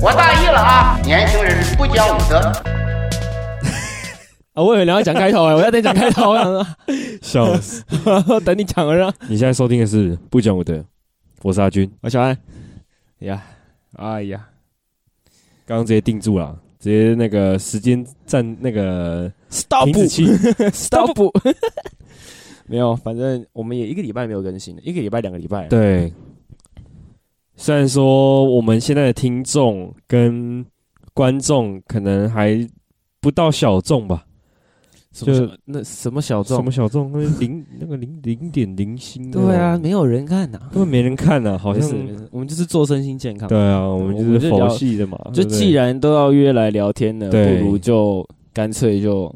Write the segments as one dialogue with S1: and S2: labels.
S1: 我大意了啊！年轻人不讲武德。
S2: 啊，我以为你要讲开头哎，我要再讲开头，我想说
S3: 笑死！
S2: 等你讲完了。
S3: 你现在收听的是不讲武德，我是阿军，
S2: 我小安，呀，哎呀，
S3: 刚刚直接定住了，直接那个时间站那个
S2: stop
S3: 停止 器，
S2: stop，没有，反正我们也一个礼拜没有更新了，一个礼拜两个礼拜。，
S3: 对，虽然说我们现在的听众跟观众可能还不到小众吧，
S2: 什么
S3: 就
S2: 小那什么小
S3: 什
S2: 众
S3: 么？小众，那零那个零零点零星的，
S2: 对啊，，没有人看呐、
S3: 根本没人看啊，好
S2: 没
S3: 像
S2: 事没事我们就是做身心健康。
S3: 对，啊，我们
S2: 我们
S3: 就是
S2: 就
S3: 佛
S2: 聊
S3: 系的嘛，
S2: 就
S3: 对不对
S2: 既然都要约来聊天了，
S3: 对
S2: 不如就干脆就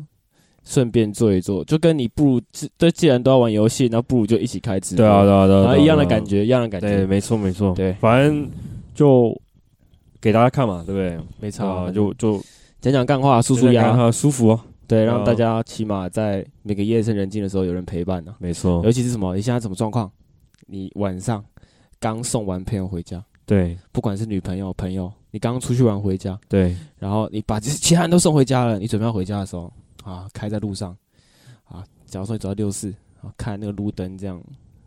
S2: 顺便做一做，就跟你不如这既然都要玩游戏，那不如就一起开直播
S3: 对啊对啊对啊
S2: 然
S3: 对啊
S2: 后一样的
S3: 对啊
S2: 感觉，一样的感
S3: 对，
S2: 觉，
S3: 没错没错，
S2: 对
S3: 反正就给大家看嘛，对不对？
S2: 没
S3: 啊，
S2: 错，就
S3: 就就
S2: 讲讲干话，舒舒压，
S3: 哈，舒服哦，
S2: 对，
S3: 对啊
S2: 让大家起码在每个夜深人静的时候有人陪伴呢、啊
S3: 没错，
S2: 尤其是什么，你现在什么状况？你晚上刚送完朋友回家，
S3: 对
S2: 不管是女朋友、朋友，你刚出去玩回家，
S3: 对，
S2: 然后你把这其他人都送回家了，你准备要回家的时候啊，开在路上啊， 假如说你走到六四啊，看那个路灯这样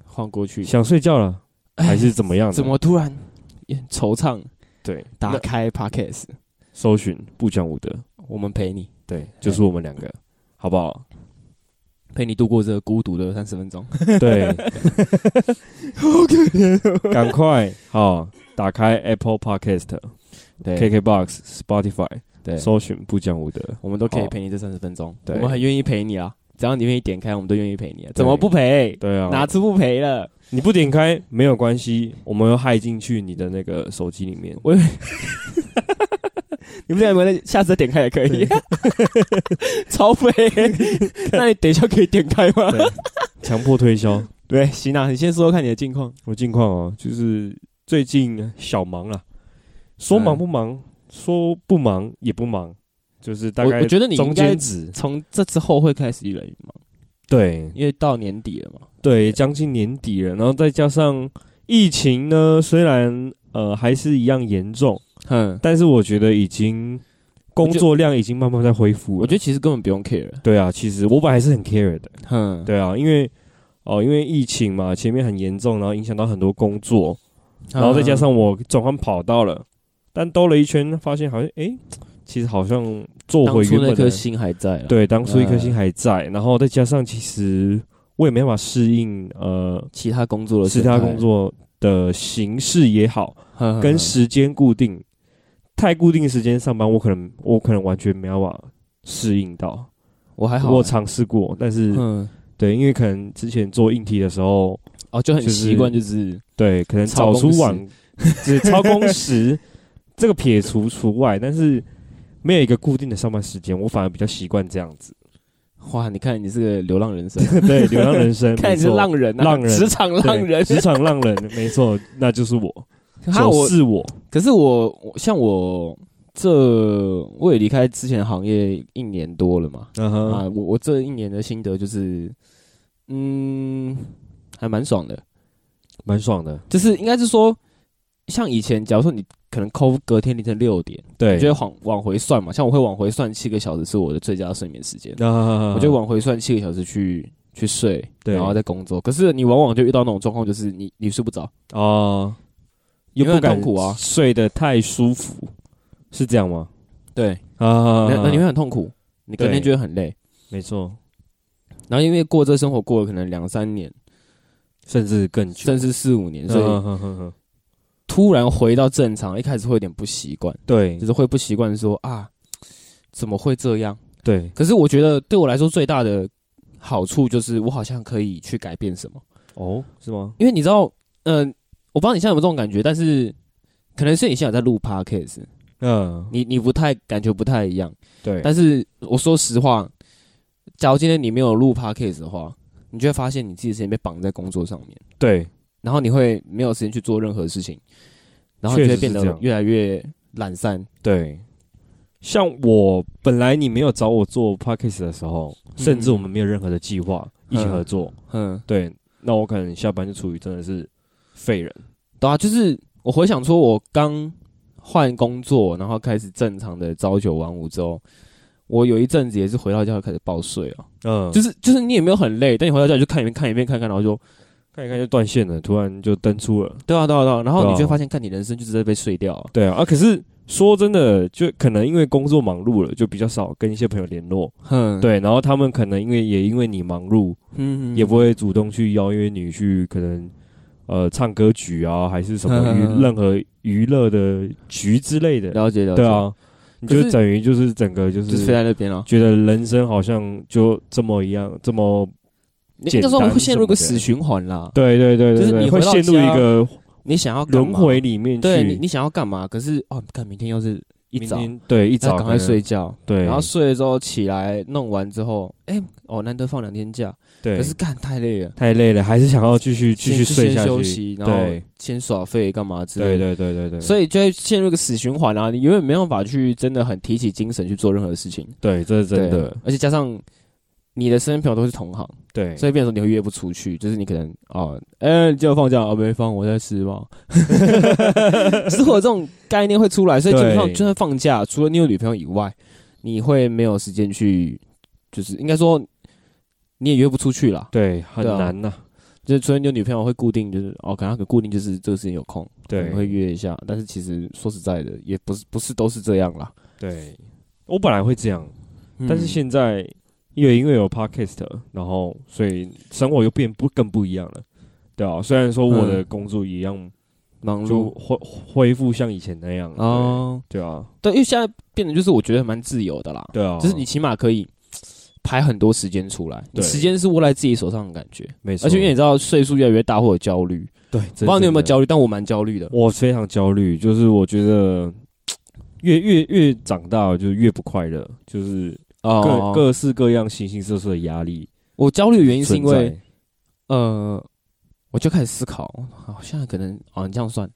S2: 晃过去，
S3: 想睡觉了还是怎么样的？
S2: 哎怎么突然也很惆怅？
S3: 对？
S2: 打
S3: 那
S2: 开 Podcast，
S3: 搜寻不讲武德，
S2: 我们陪你，
S3: 对，就是我们两个，好不好？
S2: 陪你度过这个孤独的三十分钟。
S3: 对， 好可怜，赶快好打开 Apple Podcast、
S2: 对
S3: KKBox、Spotify，
S2: 对
S3: 搜寻不讲武德，
S2: 我们都可以
S3: 好
S2: 陪你这三十分钟，
S3: 对
S2: 我们很愿意陪你啊，只要你愿意点开，我们都愿意陪你啊，怎么不陪？
S3: 对啊，
S2: 哪次不陪了？
S3: 你不点开没有关系，我们又害进去你的那个手机里面。
S2: 我以为你们两个人下次再点开也可以， 超 肥，那你等一下可以点开吗？
S3: 对强迫推销。
S2: 对，行啊，你先说说看你的近况。
S3: 我近况哦，就是最近小忙了，说忙不忙，说不忙也不忙，就是大
S2: 我
S3: 概
S2: 我觉得你
S3: 中
S2: 应该
S3: 间值，
S2: 从这之后会开始一人一忙，
S3: 对
S2: 因为到年底了嘛。
S3: 对，将近年底了，然后再加上疫情呢，虽然呃还是一样严重，
S2: 哼，
S3: 但是我觉得已经工作量已经慢慢在恢复
S2: 我
S3: 了
S2: 觉。得嗯其实根本不用 care。
S3: 对啊，其实我本来是很 care 的，
S2: 哼，
S3: 对啊，因为哦，因为疫情嘛，前面很严重，然后影响到很多工作，然后再
S2: 嗯
S3: 加上我转换跑道了，但兜了一圈，发现好像诶，其实好像做
S2: 当
S3: 回
S2: 初
S3: 原
S2: 那
S3: 本
S2: 颗
S3: 的
S2: 心啊嗯还在了。
S3: 对，当初一颗心还在，然后再加上其实我也没办法适应呃
S2: 其他工作的
S3: 其
S2: 生
S3: 他
S2: 态嗯
S3: 工作的形式也好，
S2: 哼哼
S3: 跟
S2: 哼
S3: 时间固定，太固定时间上班，我可能我可能完全没有办法适应到。
S2: 我还好，欸
S3: 我尝试过，但是
S2: 嗯，
S3: 对，因为可能之前做硬题的时候，
S2: 哦，就很
S3: 就是
S2: 习惯，就是
S3: 对，可能
S2: 超
S3: 早出
S2: 工时
S3: 晚，只超 工时这个撇除除外，但是没有一个固定的上班时间，我反而比较习惯这样子。
S2: 哇，你看你是个流浪人生，
S3: 对，流浪人生，
S2: 看
S3: 没
S2: 你是
S3: 错
S2: 浪人啊，
S3: 浪人
S2: 职场
S3: 对
S2: 浪人。
S3: 职场浪人，没错，那就是我，
S2: 哈，
S3: 就
S2: 我
S3: 是我，
S2: 可是我我像我这我也离开之前行业一年多了嘛，
S3: 嗯
S2: 啊，
S3: 哼，
S2: 我我这一年的心得就是，嗯，还蛮爽的，
S3: 蛮爽的。
S2: 就是应该是说，像以前，假如说你可能抠隔天凌晨六点，
S3: 对
S2: 你就会往往回算嘛，像我会往回算七个小时是我的最佳睡眠时间，
S3: 啊
S2: 我就往回算七个小时去去睡，
S3: 对
S2: 然后再工作。可是你往往就遇到那种状况，就是你你睡不着，
S3: 啊，
S2: 因
S3: 又
S2: 为
S3: 不
S2: 很
S3: 敢
S2: 痛苦啊
S3: 睡得太舒服，是这样吗？
S2: 对，
S3: 啊，
S2: 那那你会很痛苦，你隔天
S3: 对
S2: 觉得很累。
S3: 没错，
S2: 然后因为过这生活过了可能两三年，
S3: 甚至更久，
S2: 甚至啊四五年，所以
S3: 嗯哼哼哼
S2: 突然回到正常，一开始会有点不习惯，
S3: 对
S2: 就是会不习惯说啊，怎么会这样？
S3: 对
S2: 可是我觉得对我来说最大的好处就是，我好像可以去改变什么，
S3: 哦，是吗？
S2: 因为你知道，嗯、我不知道你现在有没有这种感觉，但是可能是你现在有在录 podcast，
S3: 嗯，
S2: 你你不太感觉不太一样。
S3: 对，
S2: 但是我说实话，假如今天你没有录 podcast 的话，你就会发现你自己的时间被绑在工作上面，
S3: 对，
S2: 然后你会没有时间去做任何事情，然后你就
S3: 确
S2: 会
S3: 实是
S2: 变
S3: 这
S2: 得
S3: 样
S2: 越来越懒散。
S3: 对，像我本来你没有找我做 podcast 的时候，甚至我们没有任何的计划一起合作，
S2: 嗯，
S3: 对，那我可能下班就处于真的是废人，
S2: 对啊，就是我回想说，我刚换工作，然后开始正常的朝九晚五之后，我有一阵子也是回到家就开始报睡啊，
S3: 嗯，
S2: 就是就是你也没有很累，但你回到家你就看一遍看一遍看一看，然后就
S3: 看一看就断线了，突然就登出了。
S2: 对啊对啊对啊，然后
S3: 对啊
S2: 你就会发现，看你人生就是在被睡掉、啊，
S3: 对啊，啊，可是说真的，就可能因为工作忙碌了，就比较少跟一些朋友联络。
S2: 哼，
S3: 对，然后他们可能因为也因为你忙碌，
S2: 嗯，嗯
S3: 也不会主动去邀约你去可能呃唱歌局啊，还是什么
S2: 嗯嗯嗯
S3: 娱任何娱乐的局之类的。
S2: 了解了解，
S3: 对，啊，你
S2: 可是
S3: 就等于就是整个就
S2: 就是睡
S3: 是
S2: 在那边啊了。
S3: 觉得人生好像就这么一样，这么
S2: 你
S3: 简
S2: 那时候
S3: 单
S2: 会陷入一个
S3: 什么
S2: 死
S3: 的
S2: 循环啦，
S3: 对对对
S2: 就
S3: 对
S2: 是
S3: 对，
S2: 你
S3: 会
S2: 回到
S3: 陷入一
S2: 家
S3: 个
S2: 你想要干嘛
S3: 轮回，里面去。
S2: 对你你想要干嘛？可是哦，看明天又是一
S3: 明
S2: 早，
S3: 天对一
S2: 要
S3: 早
S2: 赶快
S3: 可能
S2: 睡觉，
S3: 对，
S2: 然后睡了之后起来弄完之后，哎、哦，难得放两天假，
S3: 对，
S2: 可是干太累了，
S3: 太累了，还是想要继续继续
S2: 先
S3: 睡
S2: 先
S3: 下
S2: 休
S3: 去。
S2: 息，然
S3: 对
S2: 后先耍废干嘛之类
S3: 对
S2: 的。
S3: 对对对对，
S2: 所以就会陷入一个死循环啊！你永远没办法去真的很提起精神去做任何事情，
S3: 对，这是真
S2: 对啊
S3: 的，
S2: 而且加上你的身边朋友都是同行，
S3: 对，
S2: 所以变成说你会约不出去，就是你可能哦，哎、你今天有放假啊、哦没放，我在吃 吧，就是会有这种概念会出来，所以基本上
S3: 对
S2: 就算放假，除了你有女朋友以外，你会没有时间去，就是应该说你也约不出去啦。
S3: 对很
S2: 对啊
S3: 难呐。
S2: 就是除了你有女朋友会固定，就是哦，可能她可固定就是这个时间有空，
S3: 对
S2: 可能会约一下。但是其实说实在的，也不是不是都是这样啦。
S3: 对，我本来会这样，但是
S2: 嗯
S3: 现在因为因为有 podcast，然后所以生活又变不更不一样了，对啊。虽然说我的
S2: 嗯
S3: 工作一样，
S2: 忙
S3: 就
S2: 碌
S3: 恢恢复像以前那样了，
S2: 哦，
S3: 对对啊，
S2: 对，因为现在变得就是我觉得蛮自由的啦。
S3: 对啊，
S2: 就是你起码可以排很多时间出来，你
S3: 对
S2: 时间是握在自己手上的感觉。
S3: 没错，
S2: 而且因为你知道岁数越来越大，会有焦虑，
S3: 对，
S2: 不知道你有没有
S3: 真的
S2: 焦虑，但我蛮焦虑的。
S3: 我非常焦虑，就是我觉得越越越长大，就越不快乐，就是各、
S2: 哦，
S3: 各式各样形形色色的压力
S2: 我焦虑的原因是
S3: 存
S2: 因
S3: 在。
S2: 为呃，我就开始思考，好，现在可能啊，你这样算，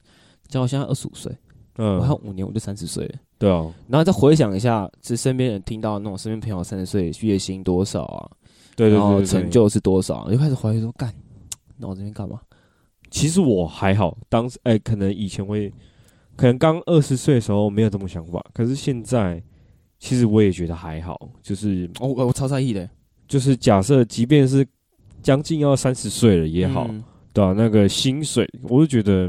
S2: 像我现在二十五岁，我还有
S3: 嗯，
S2: 五年我就三十岁了。
S3: 对啊，
S2: 然后再回想一下，这身边人听到那种身边朋友三十岁月薪多少啊，
S3: 对对
S2: 然后
S3: 对对对
S2: 成就是多少，啊就开始怀疑说，干，那我这边干嘛？
S3: 其实我还好，当时哎、可能以前会，可能刚二十岁的时候没有这么想法，可是现在其实我也觉得还好，就是
S2: 哦，我我超在意的，
S3: 就是假设即便是将近要三十岁了也好，
S2: 嗯
S3: 对啊，那个薪水，我就觉得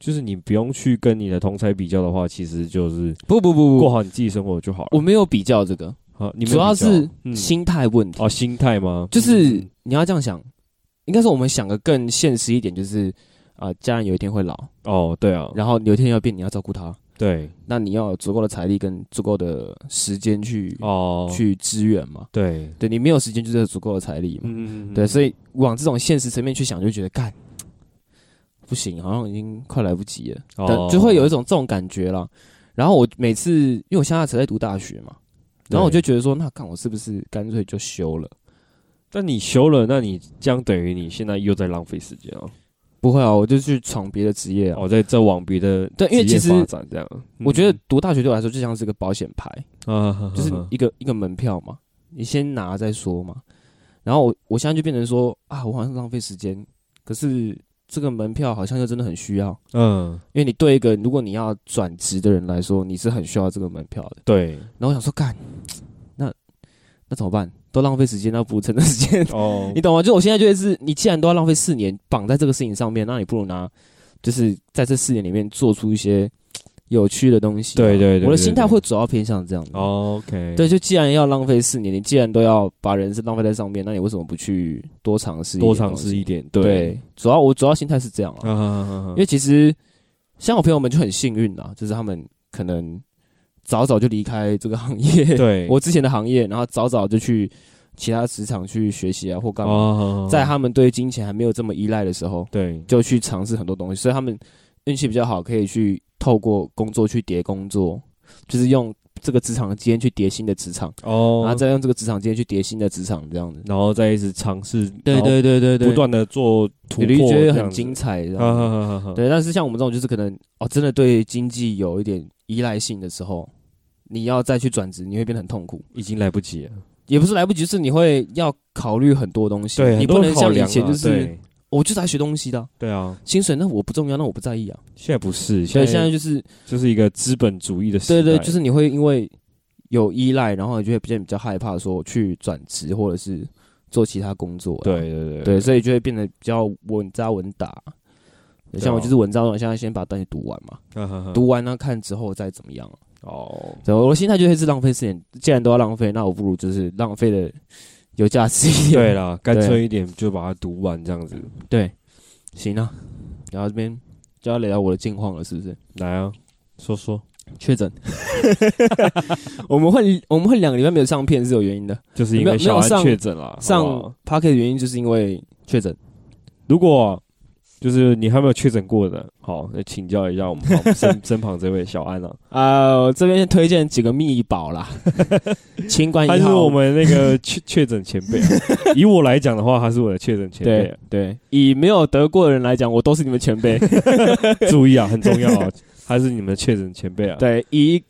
S3: 就是你不用去跟你的同才比较的话，其实就是
S2: 不不不
S3: 过
S2: 不，
S3: 好你自己生活就好了。
S2: 我没有比较这个，
S3: 好，你们
S2: 主要
S3: 比较
S2: 是
S3: 嗯
S2: 心态问题。
S3: 哦心态吗？
S2: 就是
S3: 嗯
S2: 你要这样想，应该是我们想的更现实一点，就是啊、呃家人有一天会老，
S3: 哦对啊，
S2: 然后有一天要变，你要照顾他，
S3: 对
S2: 那你要有足够的财力跟足够的时间去、
S3: 哦
S2: 去支援嘛。
S3: 对，
S2: 对你没有时间，就是有足够的财力嘛。
S3: 嗯
S2: 对，所
S3: 以
S2: 以往这种现实层面去想，就觉得干不行，好像已经快来不及了，
S3: 哦
S2: 但就会有一种这种感觉啦。然后我每次，因为我现在才在读大学嘛，然后我就觉得说，那看我是不是干脆就休了？
S3: 但你休了，那你这样等于你现在又在浪费时间哦，
S2: 不会啊，我就去闯别的职业啊。
S3: 哦，在在往别的
S2: 对因为
S3: 职业
S2: 其实
S3: 发展这样，
S2: 我觉得读大学对我来说就像是个保险牌，
S3: 嗯啊，
S2: 就是
S3: 呵呵
S2: 一个一个门票嘛，你先拿再说嘛。然后我我现在就变成说啊，我好像浪费时间，可是这个门票好像又真的很需要，
S3: 嗯
S2: 因为你对一个如果你要转职的人来说，你是很需要这个门票的。
S3: 对
S2: 然后我想说，干，那那怎么办？都浪费时间，那不如趁着时间
S3: 哦
S2: 你懂吗？就我现在觉得是，你既然都要浪费四年绑在这个事情上面，那你不如拿，就是在这四年里面做出一些有趣的东西嘛。啊
S3: 对对对
S2: 我的
S3: 对
S2: 心态
S3: 对
S2: 会主要偏向这样的。
S3: 哦 OK
S2: 对，就既然要浪费四年，你既然都要把人生浪费在上面，那你为什么不去多尝试一点
S3: 多
S2: 东西？
S3: 尝试一点，
S2: 对。
S3: 对
S2: 主要我主要心态是这样啊，
S3: 啊哈哈哈哈
S2: 因为其实像我朋友们就很幸运啊，就是他们可能早早就离开这个行业，
S3: 对
S2: 我之前的行业，然后早早就去其他职场去学习啊或干嘛。
S3: 哦
S2: 在他们对金钱还没有这么依赖的时候，
S3: 对
S2: 就去尝试很多东西，所以他们运气比较好，可以去透过工作去叠工作，就是用这个职场的经验去叠新的职场，
S3: 哦，
S2: 然后再用这个职场经验去叠新的职场，这样子。
S3: 然后再一直尝试，
S2: 对对对对对，
S3: 不断的做突
S2: 你
S3: 破，
S2: 就觉得很
S3: 精
S2: 精
S3: 彩。
S2: 彩，这
S3: 哈
S2: 样
S3: 哈
S2: 子。
S3: 哈哈
S2: 对，但是像我们这种就是可能哦，真的对经济有一点依赖性的时候，你要再去转职，你会变得很痛苦。
S3: 已经来不及了。
S2: 也不是来不及，是你会要考虑很多东西，
S3: 对，
S2: 你
S3: 很
S2: 不
S3: 多
S2: 能
S3: 考
S2: 像以
S3: 量
S2: 前
S3: 啊
S2: 就是
S3: 对
S2: 哦我就是来学东西的啊、
S3: 对啊，
S2: 薪水那我不重要，那我不在意啊。
S3: 现在不是，现
S2: 所以
S3: 在
S2: 现在就是
S3: 就是一个资本主义的时代，
S2: 对对，就是你会因为有依赖，然后你就会变得比较害怕说去转职或者是做其他工作。啊
S3: 对对对
S2: 对，所以就会变得比较稳扎稳打。
S3: 对啊嗯
S2: 像我就是稳扎稳打，现在先把东西读完嘛，
S3: 哈哈哈
S2: 读完呢看之后再怎么样。啊
S3: 哦，
S2: 对，我的心态就是是浪费时间，既然都要浪费，那我不如就是浪费的有价值一点。
S3: 对啦，干脆一点就把它读完这样子，
S2: 对，行啊，然后这边就要聊到我的近况了，是不是？
S3: 来啊，说说，
S2: 确诊， 我们会我们会两个礼拜没有上片是有原因的，
S3: 就是因
S2: 没有
S3: 为小
S2: 没有上
S3: 安确诊了，
S2: 上
S3: 好不好
S2: p a r k 的原因就是因为确诊。
S3: 如果就是你还没有确诊过的，好，那请教一下我们 旁身身旁这位小安啊，
S2: 啊，我这边推荐几个密宝 啦，清官一号，
S3: 他是我们那个确 确诊前 辈啊，以我来讲的话，他是我的确诊前辈
S2: 对对，以没有得过的人来讲，我都是你们前 辈。
S3: 啊，注意啊，很重要 啊，他是你们的确诊前辈啊，
S2: 对，以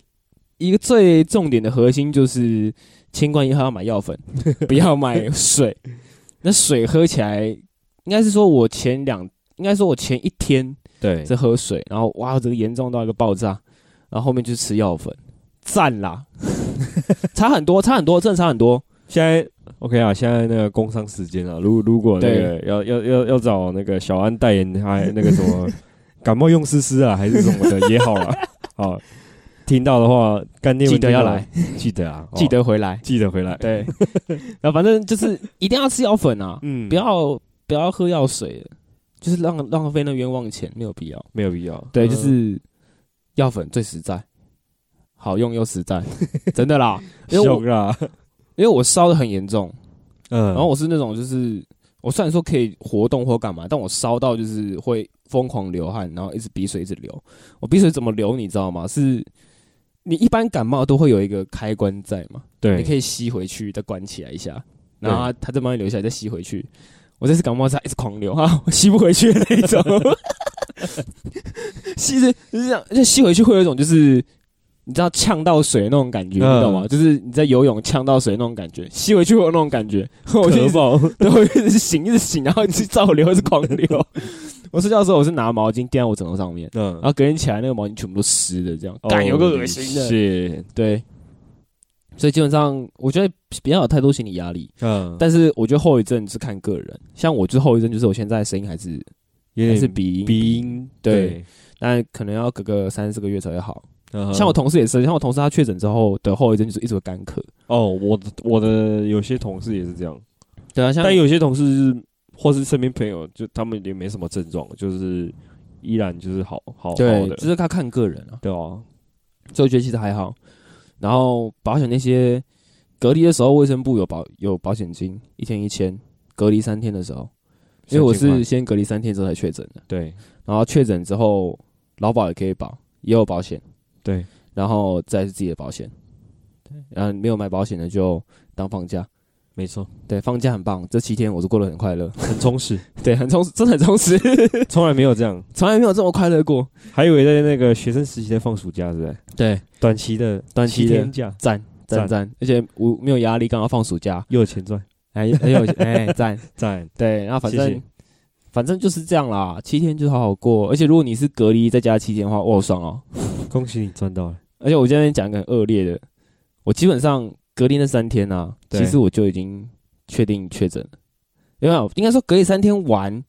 S2: 一个最重点的核心就是清冠一号要买药 粉，不要买水。那水喝起来，应该是说我前两，应该说我前一天
S3: 对
S2: 在喝水，然后哇，这个严重到一个爆炸，然后后面就吃药粉，赞啦， 差很多，差很多，真的差很多。
S3: 现在 OK 啊，现在那个工商时间啊，如如果那个要要要要找那个小安代言他那个什 么感冒用思思啊，还是什么的也好了，好听到的话，干爹们
S2: 记得要
S3: 听到
S2: 来，
S3: 记得啊，哦
S2: 记得回来，
S3: 记得回来，
S2: 对， 然后反正就是一定要吃药粉啊，
S3: 嗯，
S2: 不要不要喝药水了，就是浪浪费那冤枉钱，没有必要。
S3: 没有必要，
S2: 对，
S3: 嗯
S2: 就是药粉最实在，好用又实在，真的啦。因为
S3: 笑
S2: 我
S3: 啦，
S2: 因为我烧的很严重，
S3: 嗯，
S2: 啊然后我是那种就是我虽然说可以活动或干嘛，但我烧到就是会疯狂流汗，然后一直鼻水一直流。我鼻水怎么流你知道吗？是你一般感冒都会有一个开关在嘛，
S3: 对，
S2: 你可
S3: 以
S2: 以吸回去再关起来一下，然后它它再慢慢流下来再吸回去。我这次感冒是它一直狂流啊，我 吸不回去的那一种， 吸着就是这样，就吸回去会有一种就是你知道呛到水那种感觉，
S3: 嗯
S2: 你懂吗？就是你在游泳呛到水那种感觉，吸回去会有那种感觉， 我就一
S3: 咳
S2: 直
S3: 爆，
S2: 对，我一直醒一直醒，然后一直照流一直狂流。 我睡觉的时候我是拿毛巾垫在我枕头上面，
S3: 嗯
S2: 然，后隔天起来那个毛巾全部都湿的，这样感有个恶心的。
S3: 哦是，
S2: 对，所以基本上我觉得不要有太多心理压力，
S3: 嗯，
S2: 但是我觉得后遗症是看个人。像我，就后遗症就是我现在声音还是
S3: 有
S2: 还
S3: 点
S2: 是鼻音，
S3: 嗯鼻音，
S2: 对，但可能要隔个三四个月才会好。
S3: 嗯
S2: 像我同事也是，像我同事他确诊之后的后遗症就是一直会干咳。
S3: 哦，我的我的有些同事也是这样。
S2: 对啊，像
S3: 但有些同事就是或是身边朋友，就他们也没什么症状，就是依然就是好好好
S2: 对，
S3: 的
S2: 就，是他看个人啊，
S3: 对啊，
S2: 所以我觉得其实还好。然后保险那些隔离的时候，卫生部有保有保险金，一天一千，隔离三天的时候，因为我
S3: 神经
S2: 是
S3: 块
S2: 先隔离三天之后才确诊的。
S3: 对
S2: 然后确诊之后，劳保也可以保，也有保险，
S3: 对
S2: 然后再是自己的保险。对，然后没有买保险的就当放假。
S3: 没错，
S2: 对，放假很棒，这七天我是过得很快乐。
S3: 很充实，
S2: 对，很充实，真的很充实，
S3: 从来没有 这样，
S2: 从来没有这么快乐过。
S3: 还以为在那个学生时期在放暑假，是不是？
S2: 对，
S3: 短期的
S2: 短期的
S3: 七天假
S2: 赞赞
S3: 赞
S2: 赞，而且无没有压力，刚好放暑假，
S3: 又有钱赚，
S2: 哎哎有哎赞。
S3: 赞，
S2: 对，然后反正
S3: 谢谢
S2: 反正就是这样啦，七天就好好过。而且如果你是隔离在家七天的话，哇，好爽哦。
S3: 恭喜你赚到了，
S2: 而且我今天讲一个很恶劣的，我基本上隔离那三天啊，
S3: 对
S2: 其实我就已经确定确诊了。因为应该说隔离三天完，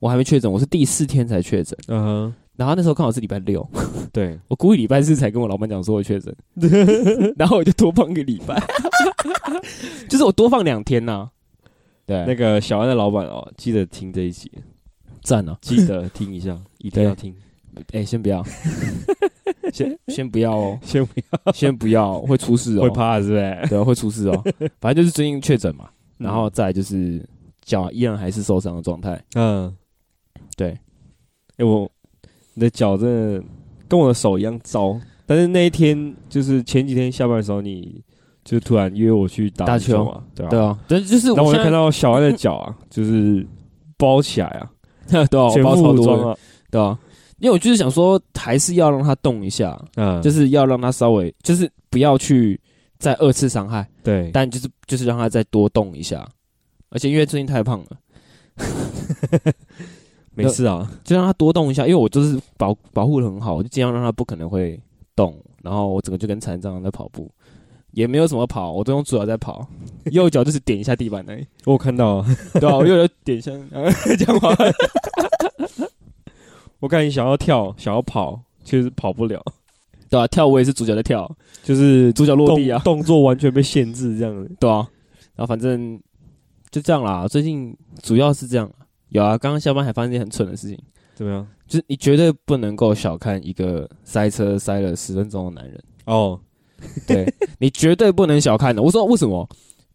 S2: 我还没确诊，我是第四天才确诊。
S3: 嗯
S2: 然后那时候刚好是礼拜六，
S3: 哼，对，
S2: 我估计礼拜四才跟我老板讲说我确 诊，然后我就多放一个礼拜，就是我多放两天呐、对，
S3: 那个小安的老板哦，记得听这一集，
S2: 赞啊！
S3: 记得听一 下，一定要听，
S2: 哎、先不 要，先先不要哦，
S3: 先不
S2: 先不要，会出事哦，
S3: 会怕是不是？
S2: 对，会出事哦。反正就是最近确诊嘛，
S3: 嗯
S2: 然后再来就是脚依然还是受伤的状态。
S3: 嗯，
S2: 对。
S3: 哎、我你的脚真的跟我的手一样糟，但是那一天就是前几天下班的时候，你就突然约我去打
S2: 打球
S3: 嘛，对吧、
S2: 对
S3: 啊？
S2: 啊，但就是
S3: 然后
S2: 我
S3: 我
S2: 现
S3: 就
S2: 在
S3: 看到小安的脚啊，就是包起来啊，
S2: 对啊，我
S3: 全
S2: 包
S3: 副
S2: 超
S3: 武
S2: 多
S3: 装
S2: 的，
S3: 啊，
S2: 对啊，因为我就是想说，还是要让它动一下，
S3: 嗯，
S2: 就是是要让它稍微，就是不要去再二次伤害，
S3: 对，
S2: 但就是就是让它再多动一下。而且因为最近太胖了，
S3: 没事啊，
S2: 就让他多动一下，因为我就是保保护的很好，我就尽量让他不可能会动，然后我整个就跟残障在跑步，也没有什么跑，我都用左脚在跑，右脚就是点一下地板而已，
S3: 我有看到啊，
S2: 对啊，我右脚点一下， 这样跑，
S3: 我看你想要跳，想要跑，其实跑不了，
S2: 对啊，跳我也是主角在跳，
S3: 就是
S2: 主角落地啊
S3: 动动作完全被限制这样子。
S2: 对啊，然后反正就这样啦，最近主要是这样。有啊，刚刚下班还发生一件很蠢的事情，
S3: 怎么样？
S2: 就是你绝对不能够小看一个塞车塞了十分钟的男人，
S3: 哦，
S2: 对你绝对不能小看的。我说为什么？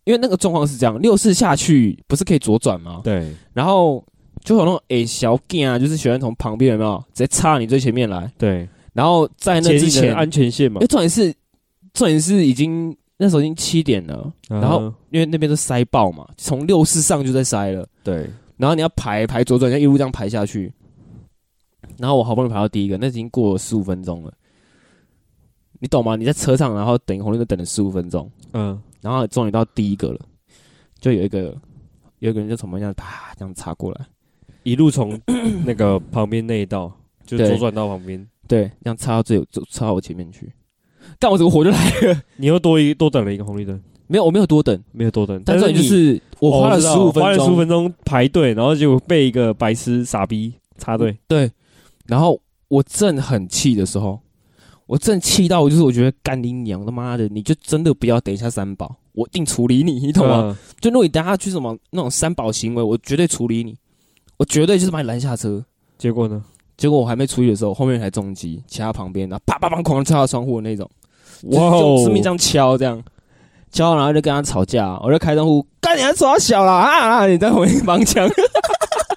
S2: 因为那个状况是这样，六四下去不是可以左转吗？
S3: 对
S2: 然后就有那种诶、小 g 啊，就是喜欢从旁边有没有直接插你最前面来，
S3: 对，
S2: 然后在那之
S3: 前
S2: 前，
S3: 安全线嘛
S2: 因为，重点是重点是已经那时候已经七点了，呃然后
S3: 嗯
S2: 因为那边都塞爆嘛，从六四上就在塞了。
S3: 对，
S2: 然后你要排排左转，要一路这样排下去。然后我好不容易排到第一个，那已经过了十五分钟了，你懂吗？你在车上，然后等红绿灯等了十五分钟，
S3: 嗯，
S2: 然后终于到第一个了，就有一个有一个人就从门这样啪这样插过来，
S3: 一路从 那个旁边那一道，就
S2: 对
S3: 左转到旁边，
S2: 对，这样插到最就插到我前面去，但我整个火就来了，
S3: 你又多一多等了一个红绿灯，
S2: 没有我没有多等，
S3: 没有多等，
S2: 但
S3: 是
S2: 重点就是我花了
S3: 哦知道
S2: 十五
S3: 花
S2: 分
S3: 了十五
S2: 钟，
S3: 分钟排队，然后就被一个白痴傻逼 插队，
S2: 对，然后我正很气的时候，我正气到我就是我觉得干你娘他妈的，你就真的不要等一下三宝，我一定处理你，你懂吗？
S3: 嗯？
S2: 就如果你等下去什么那种三宝行为，我绝对处理你，我绝对就是把你拦下车。
S3: 结果呢？
S2: 结果我还没处理的时候，后面才重击，其他旁边然后啪啪啪狂敲他窗户的那种，就
S3: 哇哦
S2: 就致命这样敲这样。敲，然后就跟他吵架，我就开窗户，干你还耍小啦啊！啊你在后面帮腔，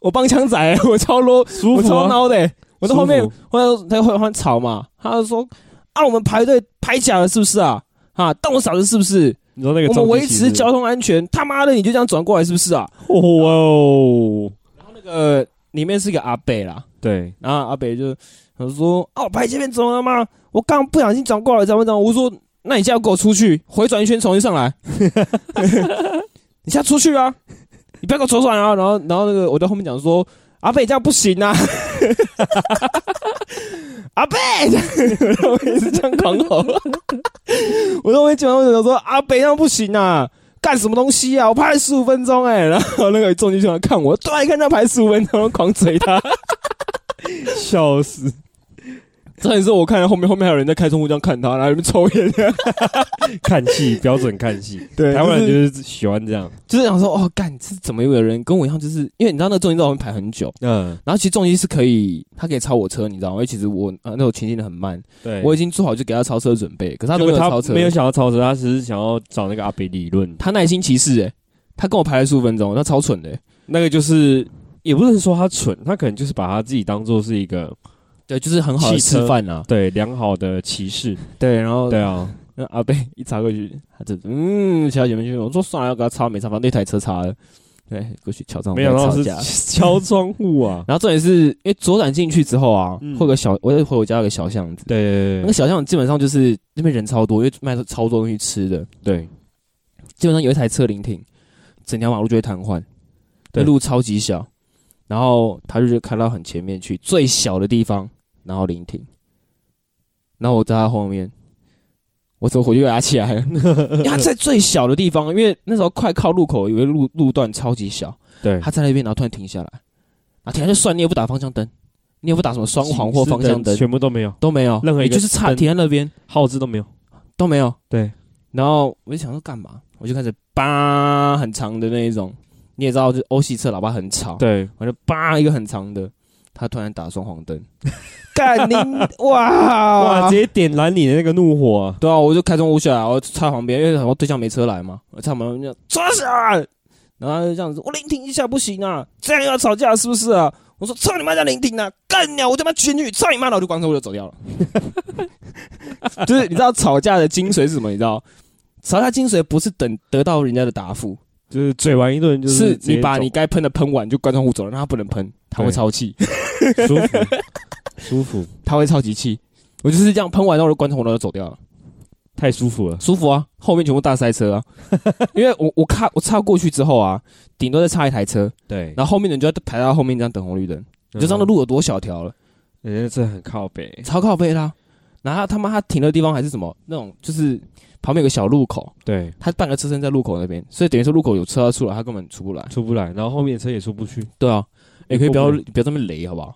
S2: 我帮腔仔，我超 low，
S3: 舒
S2: 我
S3: 服
S2: 超
S3: 啊，
S2: 孬的、欸，我在后面
S3: 舒服，
S2: 后来他会换吵嘛，他就说啊，我们排队排假了是不是啊？啊，当我傻子是不是？
S3: 你说那个
S2: 我们维持
S3: 交
S2: 交通安全，他妈的你就这样转过来是不是啊？
S3: 哇哦，
S2: 那个里面是一个阿北啦，
S3: 对，
S2: 然后阿北就他说啊，我排前面怎么了吗？我刚刚不小心转过来，怎么怎么？我说那你现在给我出去，回转一圈重新上来， 你现在出去啊，你不要给我左转啊！然后然后那个我在后面讲说，阿北这样不行啊。 阿贝，我也是这样狂吼。我都会经常会想说，阿北这样不行啊，干什么东西啊？我拍了十五分钟哎、然后那个重击就来看我，突然看他拍十五分钟，狂捶他。
S3: 笑死，
S2: 重点是我看后面后面还有人在开窗户这样看他，然后在那边抽烟，
S3: 看戏标准看戏，
S2: 对
S3: 台湾人
S2: 就
S3: 就是是喜欢这样，
S2: 就是想说哦，干是怎么有人跟我一样，就是因为你知道那个重机在我们排很久，
S3: 嗯，
S2: 然后其实重机是可以，他可以超我车，你知道吗？因为其实我呃那我前进的很慢，
S3: 对，
S2: 我已经做好就给他超车的准备，可是他都
S3: 结
S2: 没
S3: 果
S2: 有
S3: 他
S2: 超车，
S3: 没有想要超车，他只是想要找那个阿北理论。
S2: 他耐心歧视哎、他跟我排了十五分钟，他超蠢的、欸，
S3: 那个就是也不是说他蠢，他可能就是把他自己当做是一个
S2: 对，就是很好的
S3: 汽车
S2: 示范啊，
S3: 对良好的骑士。
S2: 对，然后
S3: 对啊，
S2: 那阿贝一插过去，他就嗯敲前面去，我说算了，要给他插没插，反正那台车插了，对，过去敲上
S3: 没想到
S2: 哦吵
S3: 是
S2: 架
S3: 敲窗户 啊。
S2: 然后重点是因为左转进去之后啊，
S3: 嗯
S2: 会有个小，我又回我家有个小巷子，
S3: 对对
S2: 那
S3: 对
S2: 个小巷子基本上就是那边人超多，因为卖超多东西吃的，
S3: 对，
S2: 基本上有一台车临停，整条马路就会瘫痪，那
S3: 对
S2: 路超级小，然后他就是开到很前面去最小的地方，然后临停，然后我在他后面，我走回去给他起来了， 因为他在最小的地方，因为那时候快靠路口，有个路路段超级小，
S3: 对
S2: 他在那边，然后突然停下来，啊，停下来就算，你也不打方向灯，你也不打什么双黄或方向灯，哦
S3: 全部都没有，
S2: 都没有，
S3: 任何一
S2: 你
S3: 个
S2: 就是差
S3: 灯
S2: 停在那边
S3: 耗子都没有。
S2: 都没有。
S3: 对，
S2: 然后我就想说干嘛，我就开始叭很长的那一种，你也知道，就欧系车喇叭很吵，，
S3: 对，
S2: 我就叭一个很长的，他突然打双黄 灯，干你哇
S3: 哇，直接点燃你的那个怒火啊！
S2: 对啊，我就开窗户下来，我就插旁边，因为然后对象没车来嘛，我插门就抓起来，然后他就这样子，我聆听一下不行啊，这样又要吵架是不是啊？我说操你妈叫聆听啊，干你啊，我他妈举进去，操你妈，然后我就关车我就走掉了。 就是你知道吵架的精髓是什么？你知道吵架精髓不是等得到人家的答复，
S3: 就是嘴完一顿，就是直接
S2: 你把
S3: 走
S2: 你该喷的喷完就关窗户走了，让他不能喷，他会
S3: 对
S2: 超气，
S3: 舒服 舒服，
S2: 他会超级气。我就是这样喷完，然后我就关窗户，然后就走掉了。
S3: 太舒服了。
S2: 舒服啊，后面全部大塞车 啊，因为我我看我插过去之后啊，顶多再插一台车，
S3: 对，嗯
S2: 然后后面的人就要排到后面这样等红绿灯，你就知道那路有多小条了，
S3: 人家嗯这很靠北，
S2: 超靠背啦、然后他他妈他停的地方还是什么那种，就是旁边有个小路口，
S3: 对，
S2: 他半个车身在路口那边，所以等于说路口有车要出来，他根本出不来。
S3: 出不来，然后后面的车也出不去，
S2: 对啊，也、可以不要
S3: 过不
S2: 不要这么雷好不好？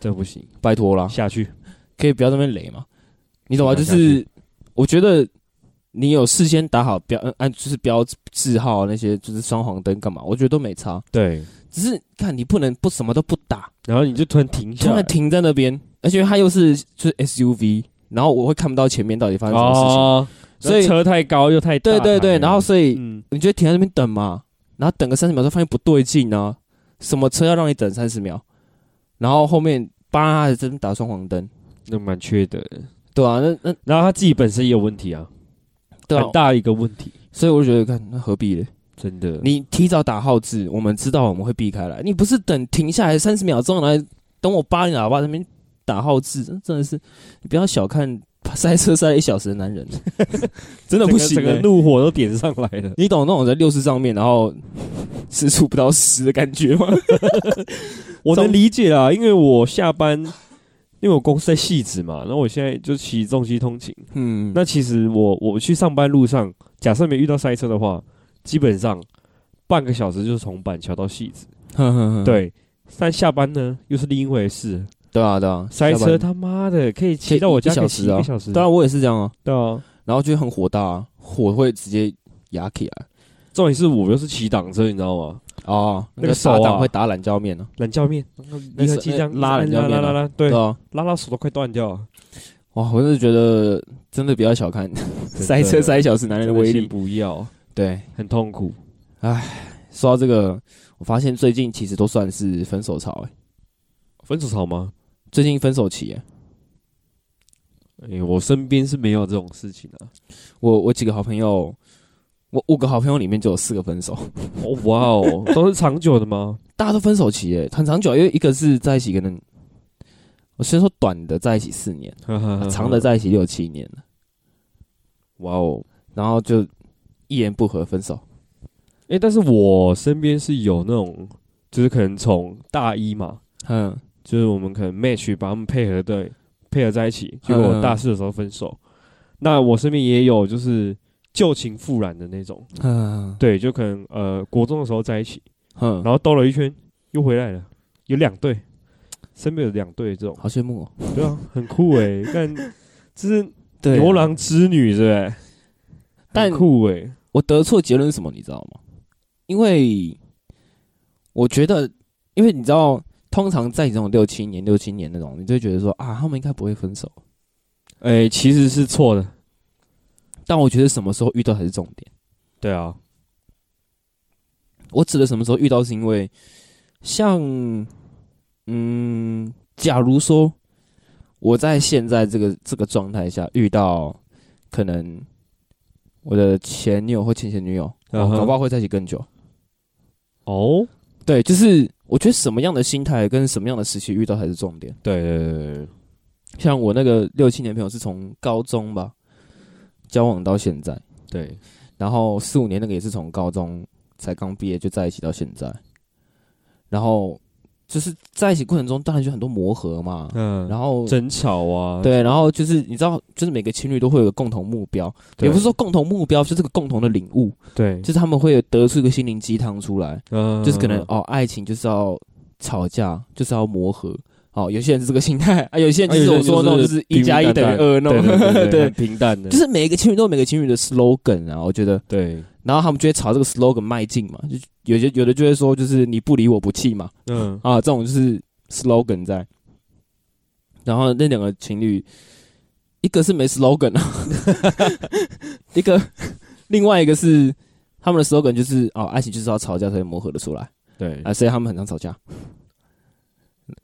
S3: 这不行，
S2: 拜托啦，
S3: 下去。
S2: 可以不要这么雷嘛？你懂吗？就
S3: 下去
S2: 是我觉得你有事先打好标，呃按就是标字号啊那些，就是双黄灯干嘛？我觉得都没差，
S3: 对，
S2: 只是看你不能不什么都不打，
S3: 然后你就突然停
S2: 突
S3: 下来
S2: 然，停在那边，而且它又是就是 SUV，然后我会看不到前面到底发生什么事情，
S3: 哦，
S2: 所以
S3: 车太高又太大
S2: 对对对，
S3: 台了
S2: 然后所以
S3: 嗯，
S2: 你就停在那边等嘛，然后等个三十秒之后发现不对劲呢、什么车要让你等三十秒？然后后面叭还真打双黄灯，
S3: 那蛮缺德的。
S2: 对啊，那那
S3: 然后他自己本身也有问题啊，
S2: 对啊
S3: 很，大一个问题，
S2: 所以我就觉得看那何必嘞？
S3: 真的。
S2: 你提早打号字，我们知道我们会避开来。你不是等停下来三十秒钟来等我扒你喇叭在那边打号字，真的是你不要小看塞车塞了一小时的男人，真的
S3: 整
S2: 不
S3: 个
S2: 行、
S3: 整个
S2: 欸。
S3: 怒火都点上来了。
S2: 你懂那种在六十上面，然后时速不到十的感觉吗？
S3: 我
S2: 从
S3: 能理解啦，因为我下班，因为我公司在戏子嘛，然后我现在就骑重机通勤。
S2: 嗯，
S3: 那其实我我去上班路上，假设没遇到塞车的话，基本上半个小时就是从板桥到戏子。
S2: 那
S3: 对，但下班呢又是另一回事，
S2: 对啊对啊，
S3: 塞
S2: 下班
S3: 车他妈的可以骑到我家
S2: 一
S3: 可以
S2: 小
S3: 骑
S2: 时啊
S3: 一个小时。
S2: 当然我也是这样啊，
S3: 对啊，
S2: 然后就很火大、啊，火会直接压起来
S3: 重点是我又是骑挡车，你知道吗？
S2: 哦，那
S3: 那个
S2: 个
S3: 手
S2: 手
S3: 啊
S2: 挡会打懒觉面呢、
S3: 懒教面，
S2: 那
S3: 你
S2: 是
S3: 看机枪哎
S2: 拉人家
S3: 拉
S2: 面啊
S3: 拉拉，拉对，
S2: 啊，
S3: 拉拉手都快断掉了。
S2: 哇，我真的觉得 真的不要小看塞车塞一小时男人的威力。
S3: 不要，
S2: 对，
S3: 很痛苦。
S2: 说到这个，我发现最近其实都算是分手潮、欸，
S3: 分手潮吗？
S2: 最近分手期、欸，
S3: 哎、我身边是没有这种事情啊。
S2: 我我几个好朋友，我五个好朋友里面就有四个分手，
S3: 哦哇 哦，都是长久的吗？
S2: 大家都分手期、欸，很长久，因为一个是在一起可能，我先说短的在一起四年，长的在一起六七年了，
S3: 哇哦。
S2: 然后就一言不合分手，
S3: 哎、但是我身边是有那种，就是可能从大一嘛，
S2: 嗯，
S3: 就是我们可能 match 把他们配合对配合在一起，结果
S2: 嗯嗯
S3: 我大四的时候分手。那我身边也有就是旧情复燃的那种，
S2: 嗯，
S3: 对，就可能呃国中的时候在一起，
S2: 嗯，
S3: 然后兜了一圈又回来了，有两对，身边有两对这种，
S2: 好羡慕哦，
S3: 对啊，很酷 哎、但这是
S2: 对啊
S3: 牛郎织女是不是？
S2: 但
S3: 很酷哎、欸，
S2: 我得出的结论是什么，你知道吗？因为我觉得，因为你知道，通常在你这种六七年、六七年那种，你就会觉得说啊，他们应该不会分手。
S3: 哎、其实是错的。
S2: 但我觉得什么时候遇到才是重点。
S3: 对啊，
S2: 我指的什么时候遇到，是因为像，嗯，假如说我在现在这个这个状态下遇到可能我的前女友或前前女友，
S3: 嗯哼
S2: 搞不好会在一起更久。
S3: 哦，
S2: 对，就是我觉得什么样的心态跟什么样的时期遇到才是重点。
S3: 对对对对对，
S2: 像我那个六七年朋友是从高中吧交往到现在，
S3: 对，
S2: 然后四五年那个也是从高中才刚毕业就在一起到现在，然后就是在一起过程中当然就很多磨合嘛，
S3: 嗯，
S2: 然后
S3: 争吵啊，
S2: 对，然后就是你知道，就是每个情侣都会有个共同目标，
S3: 对，
S2: 也不是说共同目标，就是个共同的领悟，
S3: 对，
S2: 就是他们会有得出一个心灵鸡汤出来，
S3: 嗯
S2: 就是可能哦，爱情就是要吵架，就是要磨合。哦，有些人是这个心态，啊，有
S3: 嗯
S2: 些人就是我说的那种，就是一加一等于二那
S3: 对
S2: 种，
S3: 对 对
S2: 对
S3: 很，平淡的，
S2: 就是每一个情侣都有每个情侣的 slogan 啊，我觉得，
S3: 对，
S2: 然后他们就会朝这个 slogan 迈进嘛，就有些有的就会说就是你不离我不弃嘛，
S3: 嗯，
S2: 啊，这种就是 slogan 在。然后那两个情侣，一个是没 slogan 啊， 一个另外一个是他们的 slogan 就是哦，爱情就是要吵架才会磨合的出来。
S3: 对，
S2: 啊，所以他们很常吵架，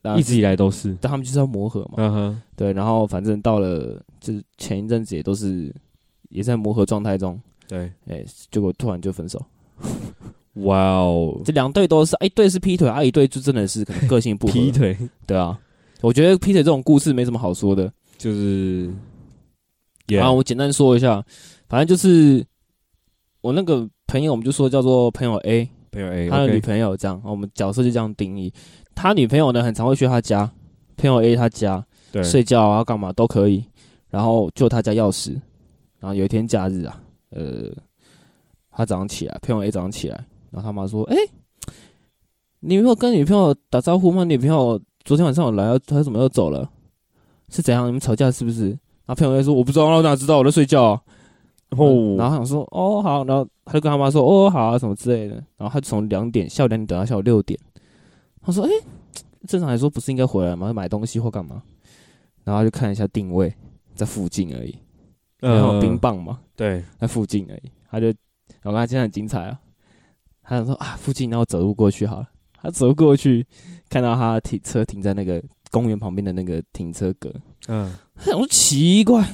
S2: 啊
S3: 一直以来都是，
S2: 但他们就是要磨合嘛，
S3: 嗯哼，
S2: 对，然后反正到了就是前一阵子也都是也在磨合状态中，
S3: 对，
S2: 哎、结果突然就分手，
S3: 哇哦，
S2: 这两对都是，哎一对是劈腿，啊，一对就真的是可能个性不合，
S3: 劈腿
S2: 对啊，我觉得劈腿这种故事没什么好说的，
S3: 就是也
S2: 啊，我简单说一下，反正就是我那个朋友，我们就说叫做朋友 A，
S3: 朋友 A，
S2: 他的女
S3: 哎 OK
S2: 朋友这样，我们角色就这样定义。他女朋友呢，很常会去他家，朋友 A 他家
S3: 对
S2: 睡觉啊，干嘛都可以，然后就他家钥匙。然后有一天假日啊，呃，他早上起来，朋友 A 早上起来，然后他妈说：“哎、你没有跟女朋友打招呼吗？女朋友昨天晚上有来，啊她怎么又走了？是怎样？你们吵架是不是？”然后朋友 A 说：“我不知道，我哪知道？我在睡觉啊、嗯然
S3: 哦，
S2: 后想说哦好，然后他就跟他妈说哦好啊什么之类的，然后他就从两点下午两点等到下午六点，他说哎、正常来说不是应该回来吗？买东西或干嘛？然后他就看一下定位，在附近而已，
S3: 嗯
S2: 然后冰棒嘛，
S3: 对，
S2: 在附近而已，他就我看他今天很精彩啊，他想说啊附近，然后走路过去好了，他走路过去看到他停车停在那个公园旁边的那个停车格，
S3: 嗯，
S2: 他想说奇怪，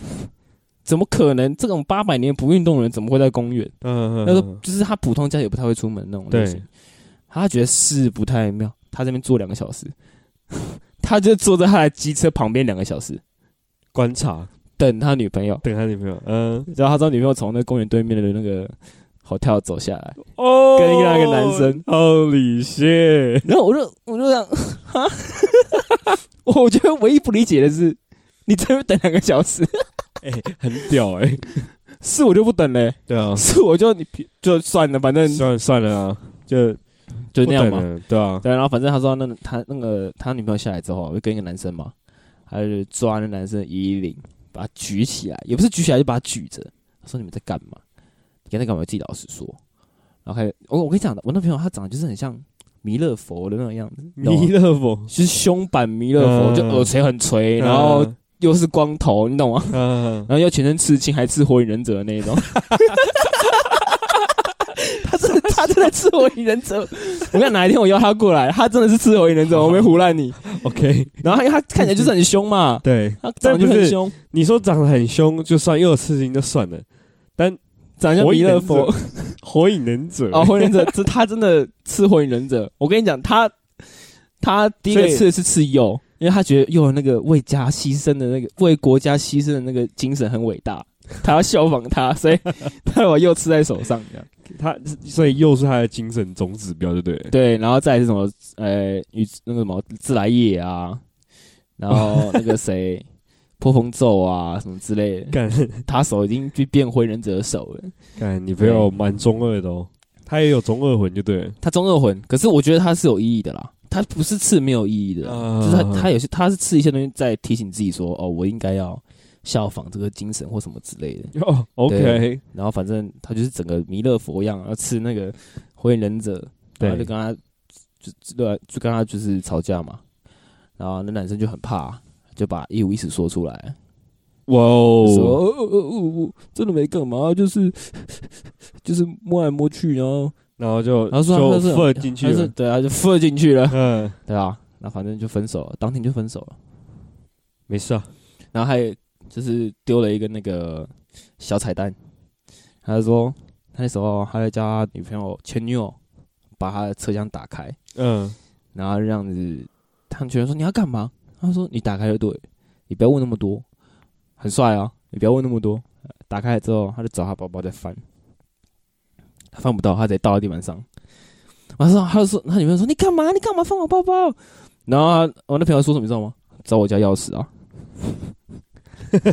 S2: 怎么可能这种八百年不运动的人怎么会在公园？
S3: 嗯，
S2: 那个就是他普通家也不太会出门那种类型
S3: 对，
S2: 他觉得是不太妙。他这边坐两个小时， 他就坐在他的机车旁边两个小时
S3: 观察，
S2: 等他女朋友，
S3: 等他女朋友，嗯，
S2: 然后他知道女朋友从那公园对面的那个 hotel 走下来，
S3: 哦
S2: 跟另外一个男生
S3: ，Holy shit！
S2: 然后我就我就这样，哈， 我觉得唯一不理解的是，你这边等两个小时，
S3: 哎，很屌哎，
S2: 是我就不等嘞、
S3: 对啊，
S2: 是我就你就算了，反正
S3: 算了算了啊，就
S2: 就那样
S3: 不
S2: 嘛。
S3: 等了，对啊，
S2: 对，然后反正他说那个他那个他女朋友下来之后，啊就跟一个男生嘛，他就抓那男生一一零，把他举起来，也不是举起来，就把他举着。他说你们在干嘛？你在干嘛？自己老实说。然后还有我我跟你讲，我那朋友他长得就是很像弥勒佛的那种样子，你懂吗
S3: 弥勒佛，
S2: 就是胸版弥勒佛，
S3: 嗯
S2: 就耳垂很垂，然后又是光头，你懂吗？
S3: 嗯，
S2: 然后又全身刺青，还刺火影忍者的那一种。 他真的，他真的刺火影忍者。我看哪一天我邀他过来，他真的是刺火影忍 者，我没胡乱你。
S3: 嗯 OK，
S2: 然后因为他看起来就是很凶嘛，
S3: 对，
S2: 他长得就很凶，
S3: 你说长得很凶就算，又有刺青就算了，
S2: 长得像弥勒
S3: 火影
S2: 佛
S3: 忍火影忍者
S2: 哦，火影忍者，这他真的刺火影忍者。我跟你讲，他他第一个
S3: 所以
S2: 刺的是刺鼬，因为他觉得鼬的那个为家牺牲的那个为国家牺牲的那个精神很伟大，他要效仿他，所以 他把鼬刺在手上这样。
S3: 他所以又是他的精神总指标，对不对？
S2: 对，然后再来是什么？呃，与那个什么自来也啊，然后那个谁，破风咒啊，什么之类的。
S3: 干
S2: 他手已经去变灰忍者的手了，
S3: 干，你朋友蛮中二的哦，他也有中二魂就对了，
S2: 他中二魂，可是我觉得他是有意义的啦，他不是刺没有意义的啦，
S3: 啊
S2: 就是他他有些他是刺一些东西在提醒自己说，哦，我应该要效仿这个精神或什么之类的。
S3: 哦，OK，
S2: 然后反正他就是整个弥勒佛一样，要刺那个火影忍者，
S3: 对
S2: 然后就跟他就就对啊，就跟他就是吵架嘛。然后那男生就很怕，就把一五一十说出来，
S3: 哇
S2: 就说
S3: 哦，
S2: 哦哦哦哦哦，真的没干嘛，就是 就是摸来摸去，然后
S3: 然后就
S2: 然后说
S3: 就
S2: 他是
S3: 放进去
S2: 他是
S3: 了，
S2: 对啊，就射进去了，
S3: 嗯，
S2: 对啊，那反正就分手了，当天就分手了。
S3: 没事啊，
S2: 然后还就是丢了一个那个小彩蛋，他就说他那时候他在叫他女朋友前女友把他的车厢打开，
S3: 嗯，
S2: 然后这样子，他们觉得说你要干嘛？他说你打开就对了，你不要问那么多，很帅啊，你不要问那么多。打开了之后，他就找他包包在翻，他翻不到，他直接倒在地板上。晚上他就说他女朋友说你干嘛？你干嘛翻我包包？然后他我那朋友说什么你知道吗？找我家钥匙啊，
S3: 把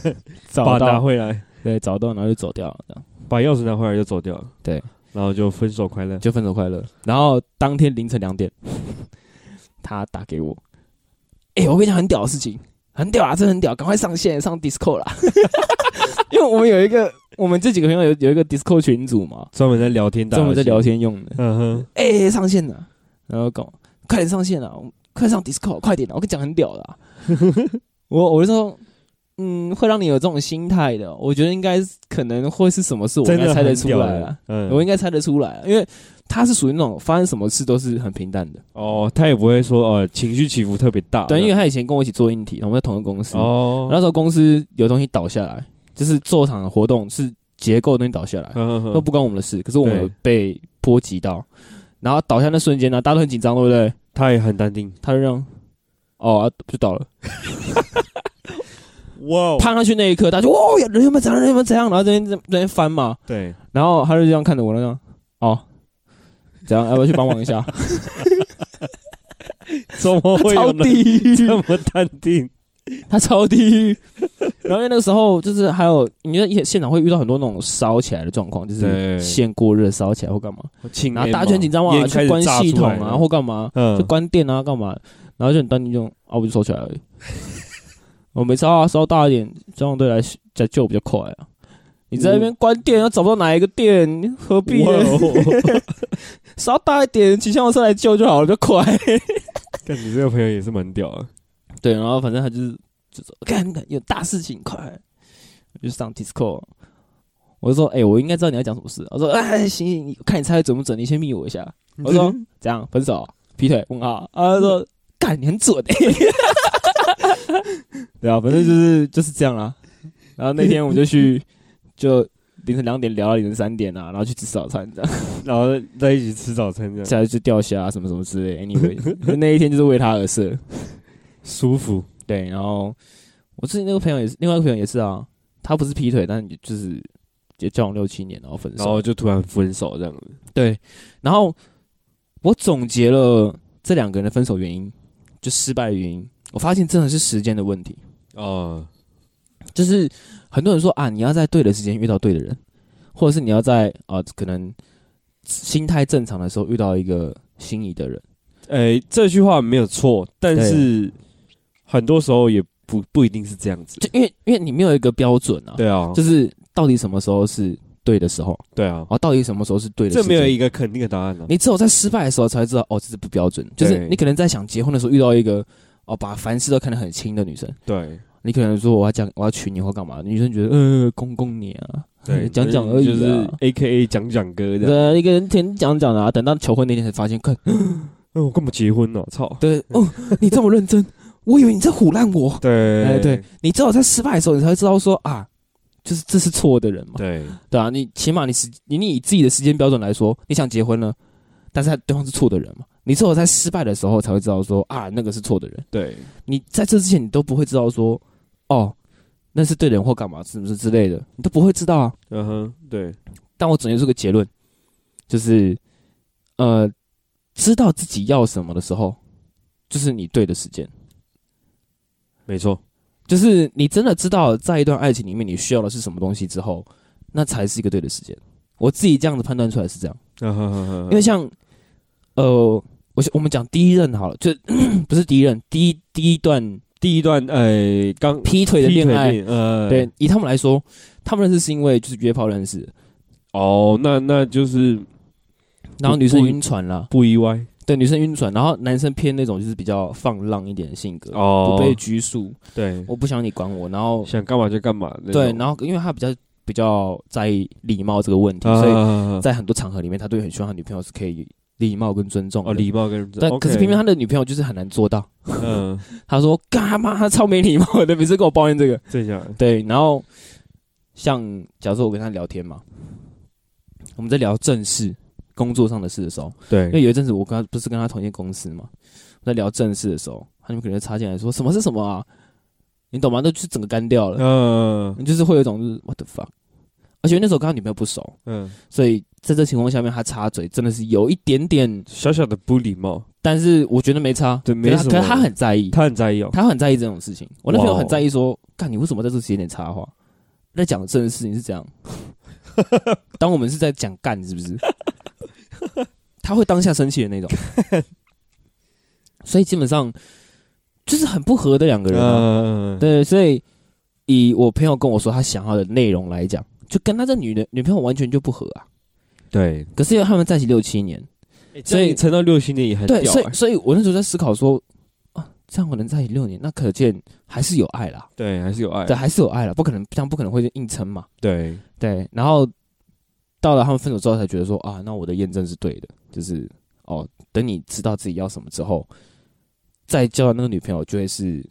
S2: 找
S3: 拿
S2: 到
S3: 回来，
S2: 对，找到然后就走掉了，这样
S3: 把钥匙拿回来就走掉了，
S2: 对，
S3: 然后就分手快乐，
S2: 就分手快乐。然后当天凌晨两点， 他打给我，哎、我跟你讲很屌的事情，很屌啊，真的很屌，赶快上线上 Discord 啦， 因为我们有一个我们这几个朋友有有一个 Discord 群组嘛，
S3: 专门在聊天，
S2: 专门在聊，天用的，
S3: 嗯哼，
S2: 哎、上线了，然后搞快点上线了，快上 Discord，快点啊！我跟你讲很屌的啊、 我我就说。嗯，会让你有这种心态的，我觉得应该是可能会是什么事，我应
S3: 真
S2: 该
S3: 的
S2: 猜得
S3: 很
S2: 出
S3: 屌
S2: 来
S3: 欸
S2: 啊。
S3: 嗯，
S2: 我应该猜得出来，因为他是属于那种发生什么事都是很平淡的。
S3: 哦，他也不会说呃情绪起伏特别大，
S2: 对，因为他以前跟我一起做硬体，我们在同一个公司，
S3: 哦，
S2: 那时候公司有东西倒下来，就是做场的活动是结构的东西倒下来，
S3: 嗯
S2: 都不关我们的事，可是我们
S3: 对
S2: 有被波及到，然后倒下那瞬间呢，大家都很紧张，对不对？
S3: 他也很淡定。
S2: 他就这样，哦、啊就倒了，
S3: 哇，
S2: 攀上去那一刻，他就哦，人有没有怎样，人有没有怎样，然后这边这这边翻嘛，
S3: 对，
S2: 然后他就这样看着我，那样，哦，怎样，要不要去帮忙一 下？
S3: 怎么会哦
S2: 超
S3: 有人
S2: 地狱，
S3: 这么淡定？
S2: 他超地狱。 然后因为那个时候就是还有，你在现场会遇到很多那种烧起来的状况，就是
S3: 对
S2: 线过热烧起来或干嘛，
S3: 请
S2: 然后大家就很紧张
S3: 烟
S2: 啊，
S3: 开
S2: 去
S3: 始
S2: 关
S3: 炸
S2: 系
S3: 出
S2: 统
S3: 来
S2: 啊
S3: 了
S2: 或干嘛，
S3: 嗯
S2: 就关电啊干嘛，然后就很淡定就啊我就收起来而已。我没烧啊，烧大一点，这样对来来救比较快啊。你在那边关电，又找不到哪一个店，何必呢
S3: 哇？ 哦
S2: 烧大一点，骑电动车来救就好了，比较快。
S3: 但你这个朋友也是蛮屌的，
S2: 对，然后反正他就是就说干有大事情，快！我就上 Discord，我就说哎、我应该知道你要讲什么事。我说哎，行行，你看你猜的准不准？你先密我一下。我说怎样？分手？劈腿？问号？啊，他说干，你很准欸 对啊，反正就是就是这样啦。然后那天我们就去，就凌晨两点聊到凌晨三点啊，然后去吃早餐，这样，
S3: 然后在一起吃早餐这样
S2: 下来就钓虾、啊什么什么之类。Anyway，那一天就是为他而设。
S3: 舒服，
S2: 对，然后我自己那个朋友也是，另外一个朋友也是啊，他不是劈腿，但也就是也交往六七年，然后分手。
S3: 然后就突然分手这样子。
S2: 对，然后我总结了这两个人的分手原因，就失败的原因，我发现真的是时间的问题。
S3: 哦，
S2: 就是很多人说啊，你要在对的时间遇到对的人，或者是你要在啊、可能心态正常的时候遇到一个心仪的人。
S3: 哎，这句话没有错，但是很多时候也不不一定是这样子。
S2: 就因为因为你没有一个标准啊，
S3: 对啊，
S2: 就是到底什么时候是对的时候，
S3: 对啊
S2: 然，后到底什么时哦候是对的时
S3: 这
S2: 间。
S3: 没有一个肯定的答案呢。啊
S2: 你只有在失败的时候才会知道，哦，这是不标准。就是
S3: 对
S2: 你可能在想结婚的时候遇到一个，哦，把凡事都看得很轻的女生，
S3: 对
S2: 你可能说我要讲我要娶你或干嘛，女生觉得呃公公你啊，
S3: 对，
S2: 讲讲而已、啊，
S3: 就是 A K A 讲讲哥这样。
S2: 对，一个人天讲讲的、啊，等到求婚那天才发现，看，
S3: 嗯，我干嘛结婚呢？操！
S2: 对，哦， 你这么认真，我以为你在唬烂我。
S3: 对
S2: 哎，对你只有在失败的时候，你才会知道说啊，就是这是错的人嘛，
S3: 对
S2: 对啊，你起码你时你你以自己的时间标准来说，你想结婚了，但是他对方是错的人嘛，你只有在失败的时候才会知道说啊，那个是错的人。
S3: 对
S2: 你在这之前你都不会知道说，哦，那是对的人或干嘛是不是之类的，你都不会知道啊。
S3: 嗯哼，对，
S2: 但我总结出个结论，就是，呃，知道自己要什么的时候，就是你对的时间。
S3: 没错，
S2: 就是你真的知道在一段爱情里面你需要的是什么东西之后，那才是一个对的时间。我自己这样子判断出来是这样，
S3: 嗯哼哼哼，
S2: 因为像，呃，我我们讲第一任好了，就 不是第一任，第一第一段
S3: 第一段呃刚
S2: 劈腿的
S3: 劈
S2: 恋
S3: 腿
S2: 爱，
S3: 恋呃
S2: 对，以他们来说，他们认识是因为就是约炮认识，
S3: 哦，那那就是
S2: 然后女生晕船啦，
S3: 不意外
S2: 对，女生晕船，然后男生偏那种就是比较放浪一点的性格，
S3: 哦
S2: 不被拘束，
S3: 对，
S2: 我不想你管我，然后
S3: 想干嘛就干嘛那种，
S2: 对，然后因为他比较比较在意礼貌这个问
S3: 啊
S2: 题，所以
S3: 以
S2: 在很多场合里面，他对很希望他女朋友是可以礼貌跟尊重的
S3: 哦礼貌跟
S2: 但可是
S3: OK，
S2: 偏偏他的女朋友就是很难做到，
S3: 嗯，
S2: 他说干嘛他超没礼貌的，每次跟我抱怨这个，
S3: 这 样
S2: 对，然后像假如说我跟他聊天嘛，我们在聊正事工作上的事的时候。因为
S3: 对
S2: 有一阵子我跟他不是跟他同一间公司嘛，我在聊正事的时候，他们可能插进来说什么是什么啊，你懂吗？那就是整个干掉了，
S3: 嗯
S2: 就是会有一种就是 what the fuck。而且那时候跟他女朋友不熟，
S3: 嗯
S2: 所以在这情况下面他插嘴真的是有一点点，
S3: 小小的不礼貌，
S2: 但是我觉得没差，
S3: 对没
S2: 可是
S3: 什
S2: 他
S3: 么
S2: 可是他很在意，
S3: 他很在意哦，
S2: 他很在意这种事情。我那朋友
S3: 哇哦
S2: 很在意说，干你为什么在这个时间点插话？在讲正事，你是这样？ 当我们是在讲干，是不是？ 他会当下生气的 那种。所以基本上就是很不合的两个人、啊。
S3: 嗯
S2: 对，所以以我朋友跟我说他想要的内容来讲，就跟他这女的女朋友完全就不合啊。
S3: 对，
S2: 可是因为他们在一起六七年，
S3: 所
S2: 所
S3: 以
S2: 以
S3: 撑到六七年也很
S2: 对，
S3: 屌
S2: 所
S3: 欸
S2: 以所以我那时候在思考说，啊，这样我能在一起六年，那可见还是有爱啦。
S3: 对还是有爱
S2: 对，还是有爱了，不可能，这样不可能会硬撑嘛。
S3: 对
S2: 对，然后到了他们分手之后，才觉得说啊，那我的验证是对的，就是哦，等你知道自己要什么之后，再交的那个女朋友就会是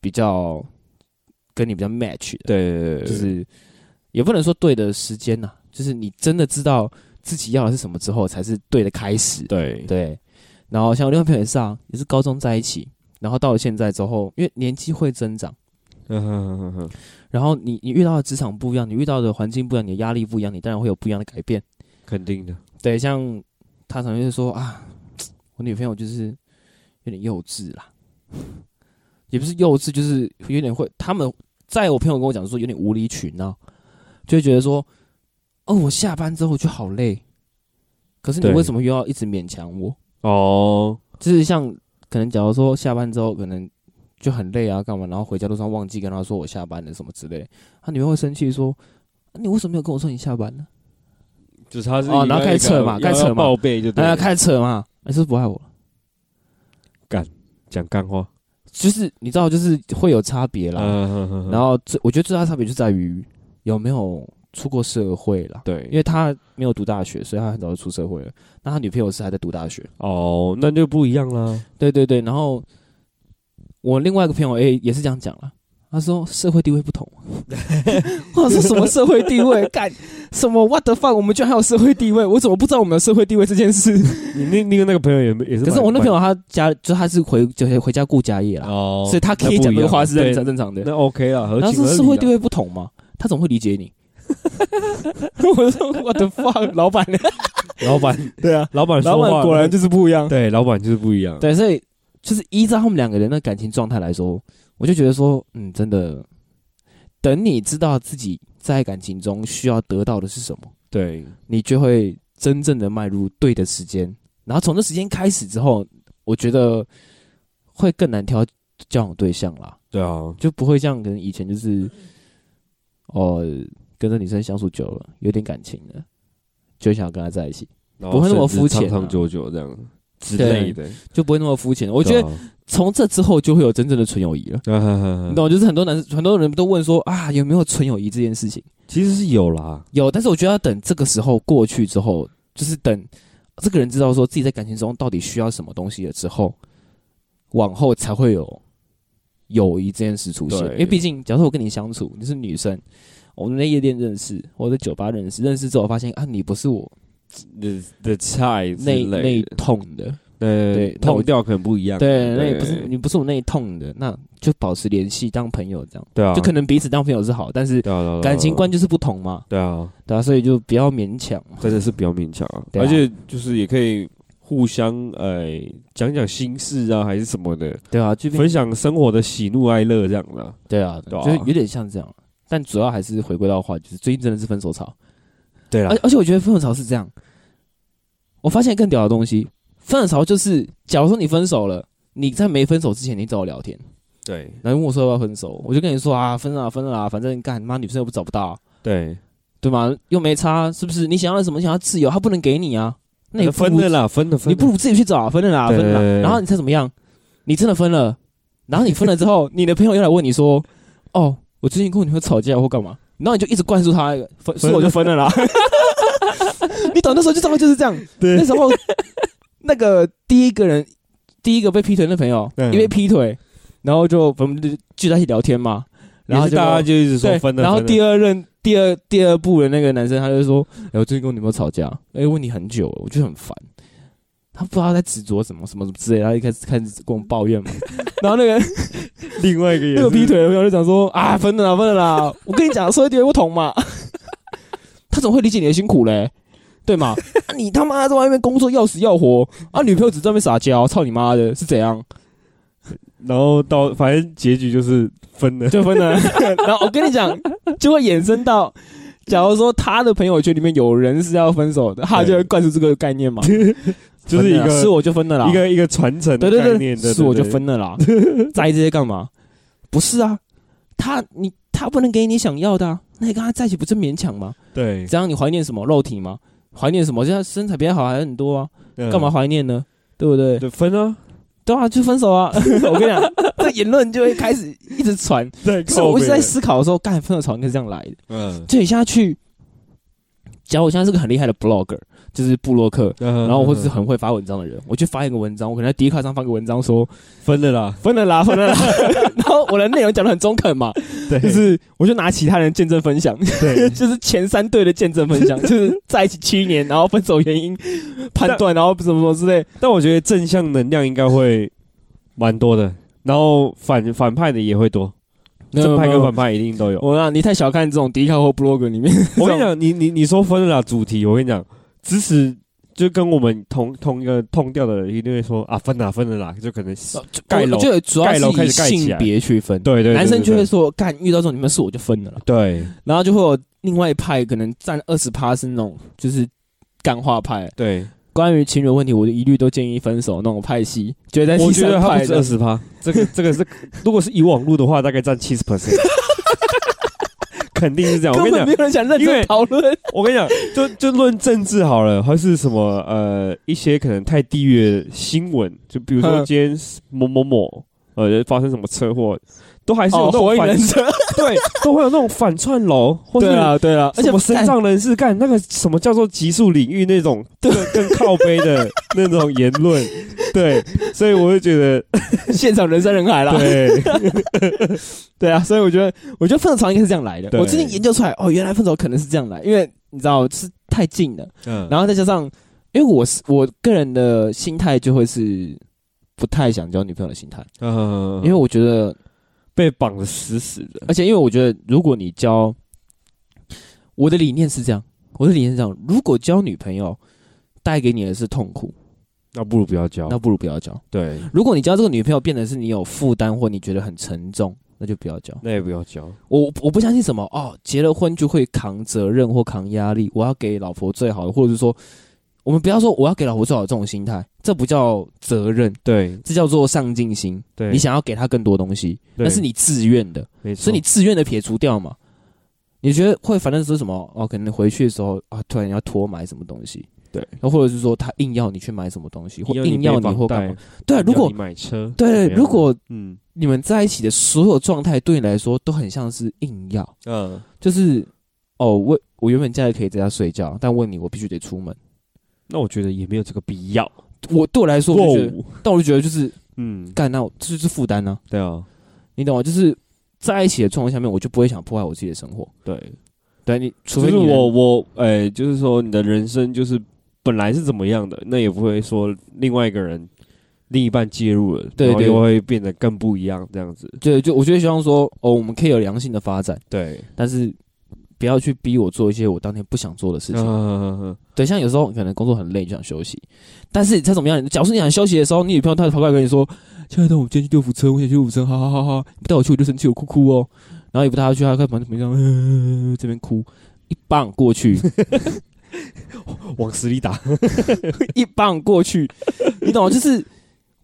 S2: 比较跟你比较 match 的，
S3: 对对对，对
S2: 就是也不能说对的时间呐、就是你真的知道自己要的是什么之后，才是对的开始。
S3: 对
S2: 对，然后像我另外一个朋友也是啊，也是高中在一起，然后到了现在之后，因为年纪会增长，
S3: 嗯哼哼哼，
S2: 然后你你遇到的职场不一样，你遇到的环境不一样，你的压力不一样，你当然会有不一样的改变。
S3: 肯定的。
S2: 对，像他常常就说啊，我女朋友就是有点幼稚啦，也不是幼稚，就是有点会。他们在我朋友跟我讲说有点无理取闹，就会觉得说，哦，我下班之后就好累，可是你
S3: 对
S2: 为什么又要一直勉强我？
S3: 哦，
S2: 就是像可能假如说下班之后可能就很累啊，干嘛，然后回家路上忘记跟他说我下班了什么之类的，他女朋友会生气说。啊你为什么没有跟我说你下班呢？
S3: 就是他是
S2: 哦
S3: 一个
S2: 然后开始扯嘛
S3: 一个要
S2: 开始扯嘛
S3: 要报备就对
S2: 大家
S3: 了，
S2: 哎开始扯嘛，你是不是不爱我了？
S3: 讲干话，
S2: 就是你知道，就是会有差别啦。
S3: 嗯哼哼哼
S2: 然后最我觉得最大的差别就在于有没有出过社会啦。
S3: 对，因
S2: 因为他没有读大学，所以他很早就出社会了。那他女朋友是还在读大学，
S3: 哦，那就不一样啦。
S2: 对对对。然后我另外一个朋友 A 也是这样讲了，他说社会地位不 同。我说什么社会地位？干什么 what the fuck？我们居然还有社会地位？我怎么不知道我们有社会地位这件事？
S3: 你那那个那个朋友也没也是蛮，
S2: 可是我那朋
S3: 蛮
S2: 友他家就他是回就是回家顾家业啦，
S3: 哦，
S2: 所以他可以讲这个话是
S3: 那不
S2: 正
S3: 一样
S2: 常正常的。
S3: 那 OK 啦，合
S2: 然后
S3: 情
S2: 说
S3: 合理啊
S2: 社会地
S3: 啦。
S2: 位不同嘛，他总会理解 你。我说我的 fuck，老板呢？
S3: 老板，
S2: 对啊，
S3: 老板说
S2: 老
S3: 话，
S2: 板果然就是不一样。
S3: 对，老板就是不一样。
S2: 对，所以就是依照他们两个人的感情状态来说，我就觉得说，嗯，真的，等你知道自己在感情中需要得到的是什么，
S3: 对
S2: 你就会真正的迈入对的时间。然后从这时间开始之后，我觉得会更难挑交往对象啦。
S3: 对啊，
S2: 就不会像可能以前就是，哦、跟这女生相处久了，有点感情了，就想要跟她在一起，
S3: 然
S2: 不
S3: 后
S2: 会那么
S3: 甚至
S2: 肤浅啊
S3: 长长久久这样之类的。
S2: 就不会那么肤浅。我
S3: 我
S2: 觉得从这之后就会有真正的纯友谊了。
S3: 得
S2: 你 懂，就是很多男很多人都问说啊，有没有纯友谊这件事情？
S3: 其实是有啦，
S2: 有，但是我觉得要等这个时候过去之后，就是等这个人知道说自己在感情中到底需要什么东西了之后，往后才会有友谊这件事出现。
S3: 对
S2: 因为毕竟，假如说我跟你相处，你是女生，我们在夜店认识，或者在酒吧认识，认识之后发现啊，你不是我
S3: 的的菜之
S2: 那那
S3: 类
S2: 一
S3: 的，啊
S2: 痛的，
S3: 呃
S2: 对，那我
S3: 痛调可能不一样。
S2: 对，那也不是你不是我那一痛的，那就保持联系，当朋友这样，
S3: 对啊，
S2: 就可能彼此当朋友是好，但是
S3: 对啊对啊对啊
S2: 感情观就是不同嘛，
S3: 对啊，
S2: 对啊，所以就不要勉强嘛。
S3: 真的是比较勉强啊，
S2: 对啊
S3: 而且就是也可以互相呃讲讲心事啊，还是什么的，
S2: 对啊，就变
S3: 分享生活的喜怒哀乐这样的、啊。
S2: 对啊，
S3: 对啊
S2: 就是有点像这样，但主要还是回归到话，就是最近真的是分手潮，
S3: 对啊
S2: 而而且我觉得分手潮是这样，我发现更屌的东西，分手潮就是，假如说你分手了，你在没分手之前你找我聊天，
S3: 对
S2: 然后问我说要不要分手，我就跟你说啊，分了啊，分了啊，反正干妈女生又不找不到，
S3: 对，
S2: 对吗？又没差，是不是？你想要什么？想要自由，他不能给你啊，那你不如
S3: 分了啦，分了分
S2: 你
S3: 了，
S2: 不如自己去找、啊，分了啦，
S3: 对
S2: 分了
S3: 对对
S2: 啦。
S3: 对
S2: 然后你猜怎么样？你真的分了，然后你分了之后，你的朋友又来问你说：“哦，我最近跟我女朋友吵架或干嘛？”然后你就一直灌输他那个分，所以我就分了 啦。你懂那时候就大概就是这 样。
S3: 对
S2: 那时候那个第一个人，第一个被劈腿的朋友，
S3: 嗯
S2: 因为劈腿，然后就我们就聚在一起聊天嘛，然
S3: 然
S2: 后
S3: 后
S2: 就
S3: 大家就一直说
S2: 对，
S3: 分了，
S2: 然后第
S3: 二
S2: 二任、第二第二部的那个男生，他就说：“哎、我最近跟我女朋友吵架，哎、问你很久了，我就很烦。”他不知道在执着什么什么什么之类的，他一开始开始跟我抱 怨嘛。然后那个
S3: 另外一个也
S2: 那个
S3: 是
S2: 劈腿的朋友就讲说：“啊，分了啦，分了啦！我跟你讲，社会地位不同嘛， 他总会理解你的辛苦嘞，对吗？啊你他妈在外面工作要死要活，啊，女朋友只在外面撒娇，操你妈的，是怎样？
S3: 然后到反正结局就是分了，
S2: 就分了。 然后我跟你讲，就会衍生到，假如说他的朋友圈里面有人是要分手的，他就会灌输这个概念嘛，
S3: 就是一
S2: 分了啦是
S3: 个
S2: 我就分了啦，
S3: 一个一个传承
S2: 啊对
S3: 的概
S2: 对对，
S3: 念的，
S2: 是我就分了 啦，在意这些干嘛？不是啊，他你他不能给你想要的、啊，那你跟他在一起不是勉强吗？
S3: 对，
S2: 这样你怀念什么肉体吗？怀念什么？现在身材比较好还很多啊，
S3: 对
S2: 干嘛？怀念呢？对不对？
S3: 嗯对，分啊，
S2: 对啊，就分手 啊！我跟你讲，这言论就会开始一直传。
S3: 对，
S2: 所以我一直在思考的时候，干分手潮应该是这样来的。
S3: 嗯，
S2: 就你现在去，假如我现在是个很厉害的 blogger，就是布洛克，
S3: 然
S2: 然后我
S3: 嗯
S2: 是很会发文章的人，我去发一个文章，我可能在迪卡上发个文章说
S3: 分了啦，
S2: 分了 啦，分了啦，然后我的内容讲的很中肯 嘛，
S3: 对，
S2: 就是我就拿其他人见证分享，
S3: 对
S2: 就是前三对的见证分享，就是在一起七年，然后分手原因判断，然后什么什么之类，
S3: 但我觉得正向能量应该会蛮多的，然后反反派的也会多。
S2: 没有
S3: 正派
S2: 没有
S3: 跟反派一定都有。
S2: 我跟你讲，你太小看这种迪卡或 blog 里面，
S3: 我跟你讲，你你你说分了啦主题，我跟你讲，支持就跟我们同同一个痛调的人一定会说啊分了啦分了啦，就可能
S2: 哦
S3: 是盖楼
S2: 我觉得主要
S3: 盖楼
S2: 是
S3: 开
S2: 以
S3: 始盖起
S2: 性
S3: 来
S2: 别去分，
S3: 对对对
S2: 男生就
S3: 对
S2: 会说干遇到这种你们事我就分了啦，
S3: 对
S2: 然后就会有另外一派可能占二十趴是那种就是干话派，
S3: 对，
S2: 关于情侣问题我就一律都建议分手那种派系，觉得在
S3: 我
S2: 第
S3: 觉得
S2: 三
S3: 他
S2: 派
S3: 不止
S2: 的
S3: 二十趴， 这个这个是如果是以网络的话，大概占七十 percent，肯定是这样。我跟
S2: 根
S3: 你
S2: 本没，有
S3: 讲
S2: 人想认
S3: 因为
S2: 真讨论，
S3: 我跟你讲，就就论政治好了，还是什么呃一些可能太地狱的新闻，就比如说
S2: 嗯
S3: 今天某某某呃发生什么车祸，都还是有
S2: 哦
S3: 那
S2: 火
S3: 种
S2: 影
S3: 反、
S2: 忍 者，
S3: 对，都会有那种反串楼，或是
S2: 对啊对啊，而且
S3: 什么身
S2: 干
S3: 障人士干那个什么叫做极速领域那种更更靠背的那种言论，对，所以我就觉得
S2: 现场人山人海啦，
S3: 对
S2: 对啊，所以我觉得，我觉得分手潮应该是这样来的。
S3: 对
S2: 我最近研究出来，哦，原来分手可能是这样来，因为你知道是太近了，
S3: 嗯，
S2: 然后再加上，因为我是我个人的心态就会是不太想交女朋友的心态，
S3: 嗯，
S2: 因为我觉得，
S3: 被绑得死死的，
S2: 而且因为我觉得，如果你交，我的理念是这样，我的理念是这样，如果交女朋友带给你的是痛苦，
S3: 那不如不要交
S2: 那不如不要交。
S3: 对，
S2: 如果你交这个女朋友变得是你有负担或你觉得很沉重，那就不要交。
S3: 那也不要交，
S2: 我我不相信什么哦，结了婚就会扛责任或扛压力，我要给老婆最好的，或者是说，我们不要说我要给老婆最好的这种心态，这不叫责任，
S3: 对
S2: 这叫做上进心。
S3: 对，
S2: 你想要给她更多东西，
S3: 对
S2: 那是你自愿的，
S3: 没错，
S2: 所以你自愿的撇除掉嘛。你觉得会反正是什么哦？可能回去的时候啊，突然要托买什么东西，
S3: 对，
S2: 然后或者是说他硬要你去买什么东西，或硬
S3: 要
S2: 要
S3: 你
S2: 你
S3: 被
S2: 或干
S3: 绑带
S2: 嘛？对，啊如
S3: 要
S2: 果
S3: 你买车，
S2: 对，
S3: 怎么样
S2: 如果
S3: 嗯
S2: 你们在一起的所有状态对你来说都很像是硬要，
S3: 嗯，
S2: 就是哦，我我原本假日可以在家睡觉，但问你我必须得出门。
S3: 那我觉得也没有这个必要
S2: 我对我来说，我就觉得，
S3: 伍，
S2: 但我就觉得就是
S3: 嗯，
S2: 干，那我这就是负担呢，
S3: 对啊，
S2: 你懂吗？就是在一起的状况下面，我就不会想破坏我自己的生活。
S3: 对，
S2: 对你，除
S3: 就
S2: 非
S3: 是
S2: 你能
S3: 我我呃，就是说你的人生就是本来是怎么样的，那也不会说另外一个人另一半介入了，
S2: 对
S3: 然后
S2: 对
S3: 又会变得更不一样这样子，
S2: 对，就我就会希望说，哦，我们可以有良性的发展，
S3: 对，
S2: 但是不要去逼我做一些我当天不想做的事情。
S3: 嗯，
S2: 对，像有时候可能工作很累，就想休息，但是再怎么样，假如说你想休息的时候，你女朋友突然跑过来跟你说：“亲爱的，我们今天去六福村，我想去六福村，好好好好，你不带我去我就生气，我哭哭哦。”然后也不带她去，她在旁边 这样、呃、这边哭，一棒过去，
S3: 往死里打，
S2: 一棒过 去，你懂吗？就是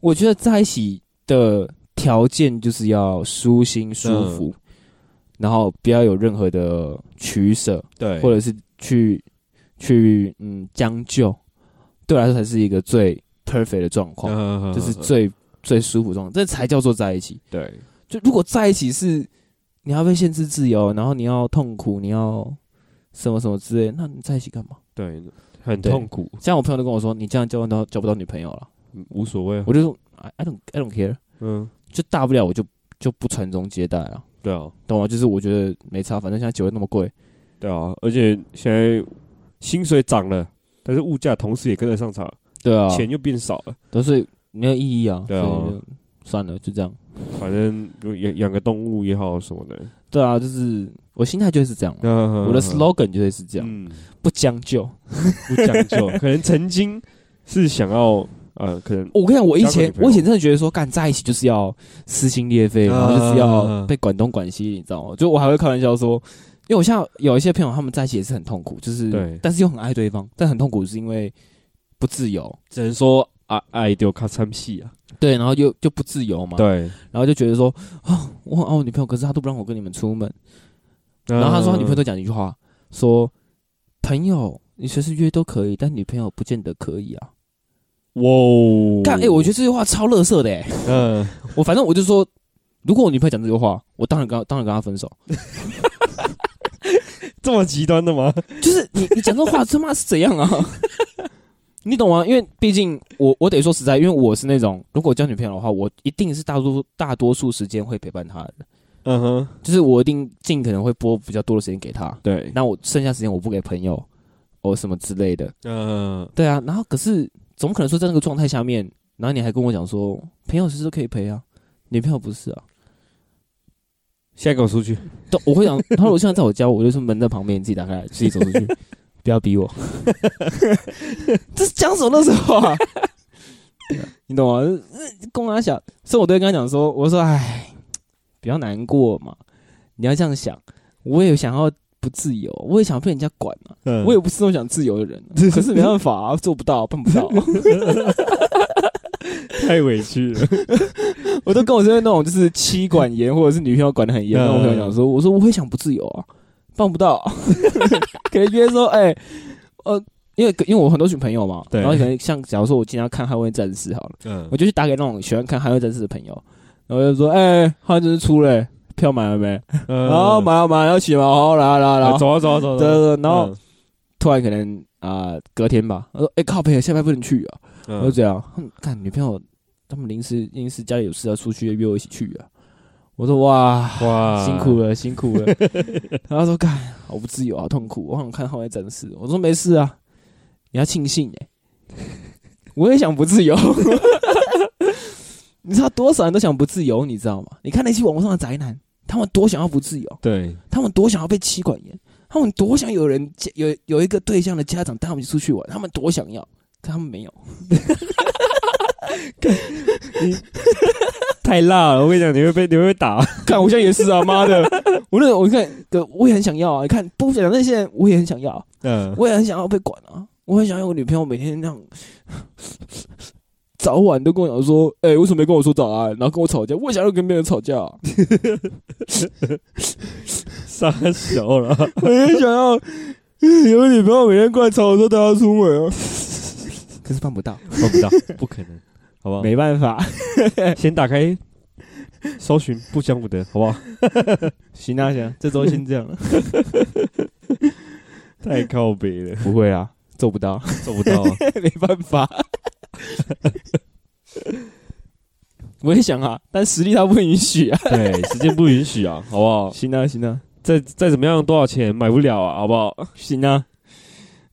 S2: 我觉得在一起的条件就是要舒心舒服，
S3: 嗯
S2: 然后不要有任何的取舍，
S3: 对
S2: 或者是去去嗯将就，对我来说才是一个最 perfect 的状况，
S3: 嗯
S2: 就是最、最舒服的状况，这才叫做在一起。
S3: 对，
S2: 就如果在一起是你要被限制自由，然后你要痛苦，你要什么什么之类，那你在一起干嘛？
S3: 对，很
S2: 对
S3: 痛苦，
S2: 像我朋友都跟我说，你这样交到交不到女朋友了，
S3: 嗯无所谓，
S2: 我就说 I I don't I don't care，
S3: 嗯，
S2: 就大不了我就就不传宗接代啊，
S3: 对啊，
S2: 懂吗？就是我觉得没差，反正现在酒又那么贵，
S3: 对啊，而且现在薪水涨了，但是物价同时也跟得上涨，
S2: 对啊，
S3: 钱又变少了。
S2: 都是没有意义啊，
S3: 对啊
S2: 所以就算了，就这样。
S3: 反正养养个动物也好什么的，
S2: 对啊，就是我心态就会是这样，啊
S3: 我
S2: 我的 slogan 就会是这样，
S3: 嗯，
S2: 不将就。
S3: 不讲究，可能曾经是想要呃，可能
S2: 我跟你讲，我以
S3: 交个女
S2: 前
S3: 朋友
S2: 我以前真的觉得说，干在一起就是要撕心裂肺，
S3: 啊
S2: 然后就是要被管东管西，你知道吗？就我还会开玩笑说，因为我像有一些朋友，他们在一起也是很痛苦，就是
S3: 对
S2: 但是又很爱对方，但很痛苦是因为不自由，
S3: 只能说啊爱丢卡参戏啊，
S2: 对，然后就就不自由嘛，，
S3: 对。
S2: 然后就觉得说，啊，我很爱我女朋友，可是她都不让我跟你们出门，然后他
S3: 嗯
S2: 说他女朋友都讲一句话，说朋友你随时约都可以，但女朋友不见得可以啊。
S3: 哇哦，
S2: 干哎、我觉得这句话超乐色的哎、
S3: 得嗯，
S2: 我反正我就说，如果我女朋友讲这句话，我当然跟她当然跟她分手。
S3: 这么极端的吗？
S2: 就是你你讲这话他妈是怎样啊？ 你懂吗？因为毕竟我我得说实在，因为我是那种如果交女朋友的话，我一定是大多大多数时间会陪伴她的人，
S3: 嗯哼，
S2: 就是我一定尽可能会拨比较多的时间给她。
S3: 对，
S2: 那我剩下时间我不给朋友，哦什么之类的。
S3: 嗯，
S2: 对啊，然后可是总可能说在那个状态下面，然后你还跟我讲说朋友其实都可以陪啊，女朋友不是啊？
S3: 现在给我出去！
S2: 都我 会想，他如果现在在我家，我就说门在旁边，你自己打 开来，自己走出去，不要逼我。 这是讲什么那时候 啊？你懂吗？公阿想，所以我都会跟他讲说，我说哎，不要难过嘛，你要这样想。我也想要不自由，我也想被人家管嘛，
S3: 嗯
S2: 我也不是那种想自由的 人，可是没办法啊，做不到，办不到。
S3: 太委屈了。
S2: 我都跟我身边那种就是妻管严或者是女朋友管的很严
S3: 嗯
S2: 那种朋友讲说，我说我会想不自由啊，办不 到、啊。可能约说，哎、呃，因为因为我很多群朋友嘛，
S3: 对
S2: 然后可能像假如说我今天要看《捍卫战士》好了，
S3: 嗯
S2: 我，就去打给那种喜欢看《捍卫战士》的朋友，然后就说，哎、捍卫战士》出了、票买了没？
S3: 嗯
S2: 然后买啊买啊，要起吗？好，来啊来啊来啊
S3: 啊，，走啊走啊走啊走啊。
S2: 对对，然后突然可能啊、隔天吧，他说：“哎、靠朋友，下班不能去啊。
S3: 嗯
S2: 我就这样，哼看女朋友他们临时临时家里有事要出去，约我一起去啊。我说：“哇，
S3: 哇，
S2: 辛苦了，辛苦了。”然后他说：“干，好不自由，好痛苦，我想看《后来战士》。”我说：“没事啊，你要庆幸哎、我也想不自由。” 你知道多少人都想不自由，你知道吗？你看那些网络上的宅男，他们多想要不自由。
S3: 对，
S2: 他们多想要被妻管严，他们多想有人家有有一个对象的家长带他们出去玩，他们多想要，可他们没有。
S3: 太辣了！我跟你讲，你会被你会被打。
S2: 看我现在也是啊，妈的！ 我那我看，对我也很想要啊。你看不想那些人，我也很想要，
S3: 嗯，
S2: 我也很想要被管啊。我很想要我女朋友每天那样， 早晚都跟我讲说，哎、为什么没跟我说早安？然后跟我吵架，我也想要跟别人吵架啊、
S3: 傻小 了。
S2: 我也想要有女朋友每天过来吵我说她要出门啊，可是办不到，
S3: 办不到，不可能，好不好？
S2: 没办法。
S3: 先打开搜寻不讲武德，好不好？
S2: 行啊行啊，这周先这样了。
S3: 太靠北了，
S2: 不会啊，做不到，
S3: 做不到啊。
S2: 没办法。 我也想啊，但实力他不允许啊。
S3: 对，时间不允许啊，好不好？
S2: 行啊，行啊，
S3: 再再怎么样，多少钱买不了啊，好不好？
S2: 行啊。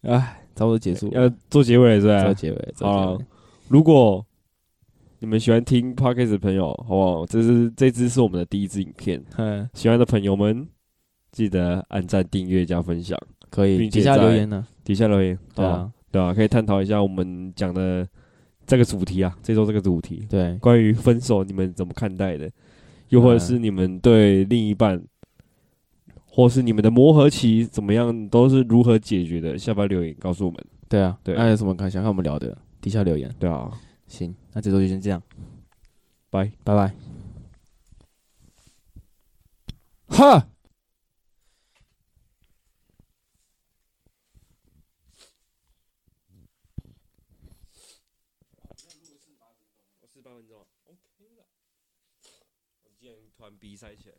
S2: 哎，差不多结束
S3: 要呃
S2: 了，
S3: 做结尾了是
S2: 做
S3: 吧？
S2: 结尾，
S3: 好
S2: 做结
S3: 了
S2: 尾。
S3: 如果你们喜欢听 podcast 的朋友，好不好？这是这支是我们的第一支影片，
S2: 嗯，
S3: 喜欢的朋友们记得按赞、订阅、加分享，
S2: 可以，
S3: 并且
S2: 底下
S3: 在
S2: 留言呢。
S3: 底下留言，
S2: 对
S3: 好不好
S2: 啊，
S3: 对啊，可以探讨一下我们讲的这个主题啊，这周这个主题
S2: 对，
S3: 关于分手，你们怎么看待的？又或者是你们对另一半，或是你们的磨合期怎么样，都是如何解决的？下方留言告诉我们，
S2: 对啊，
S3: 对
S2: 那有什么看想看我们聊的？底下留言。
S3: 对啊，
S2: 行，那这周就先这样，
S3: 拜。
S2: 拜拜。哈。
S3: 四十八分钟，OK 的。我竟然突然鼻塞起来。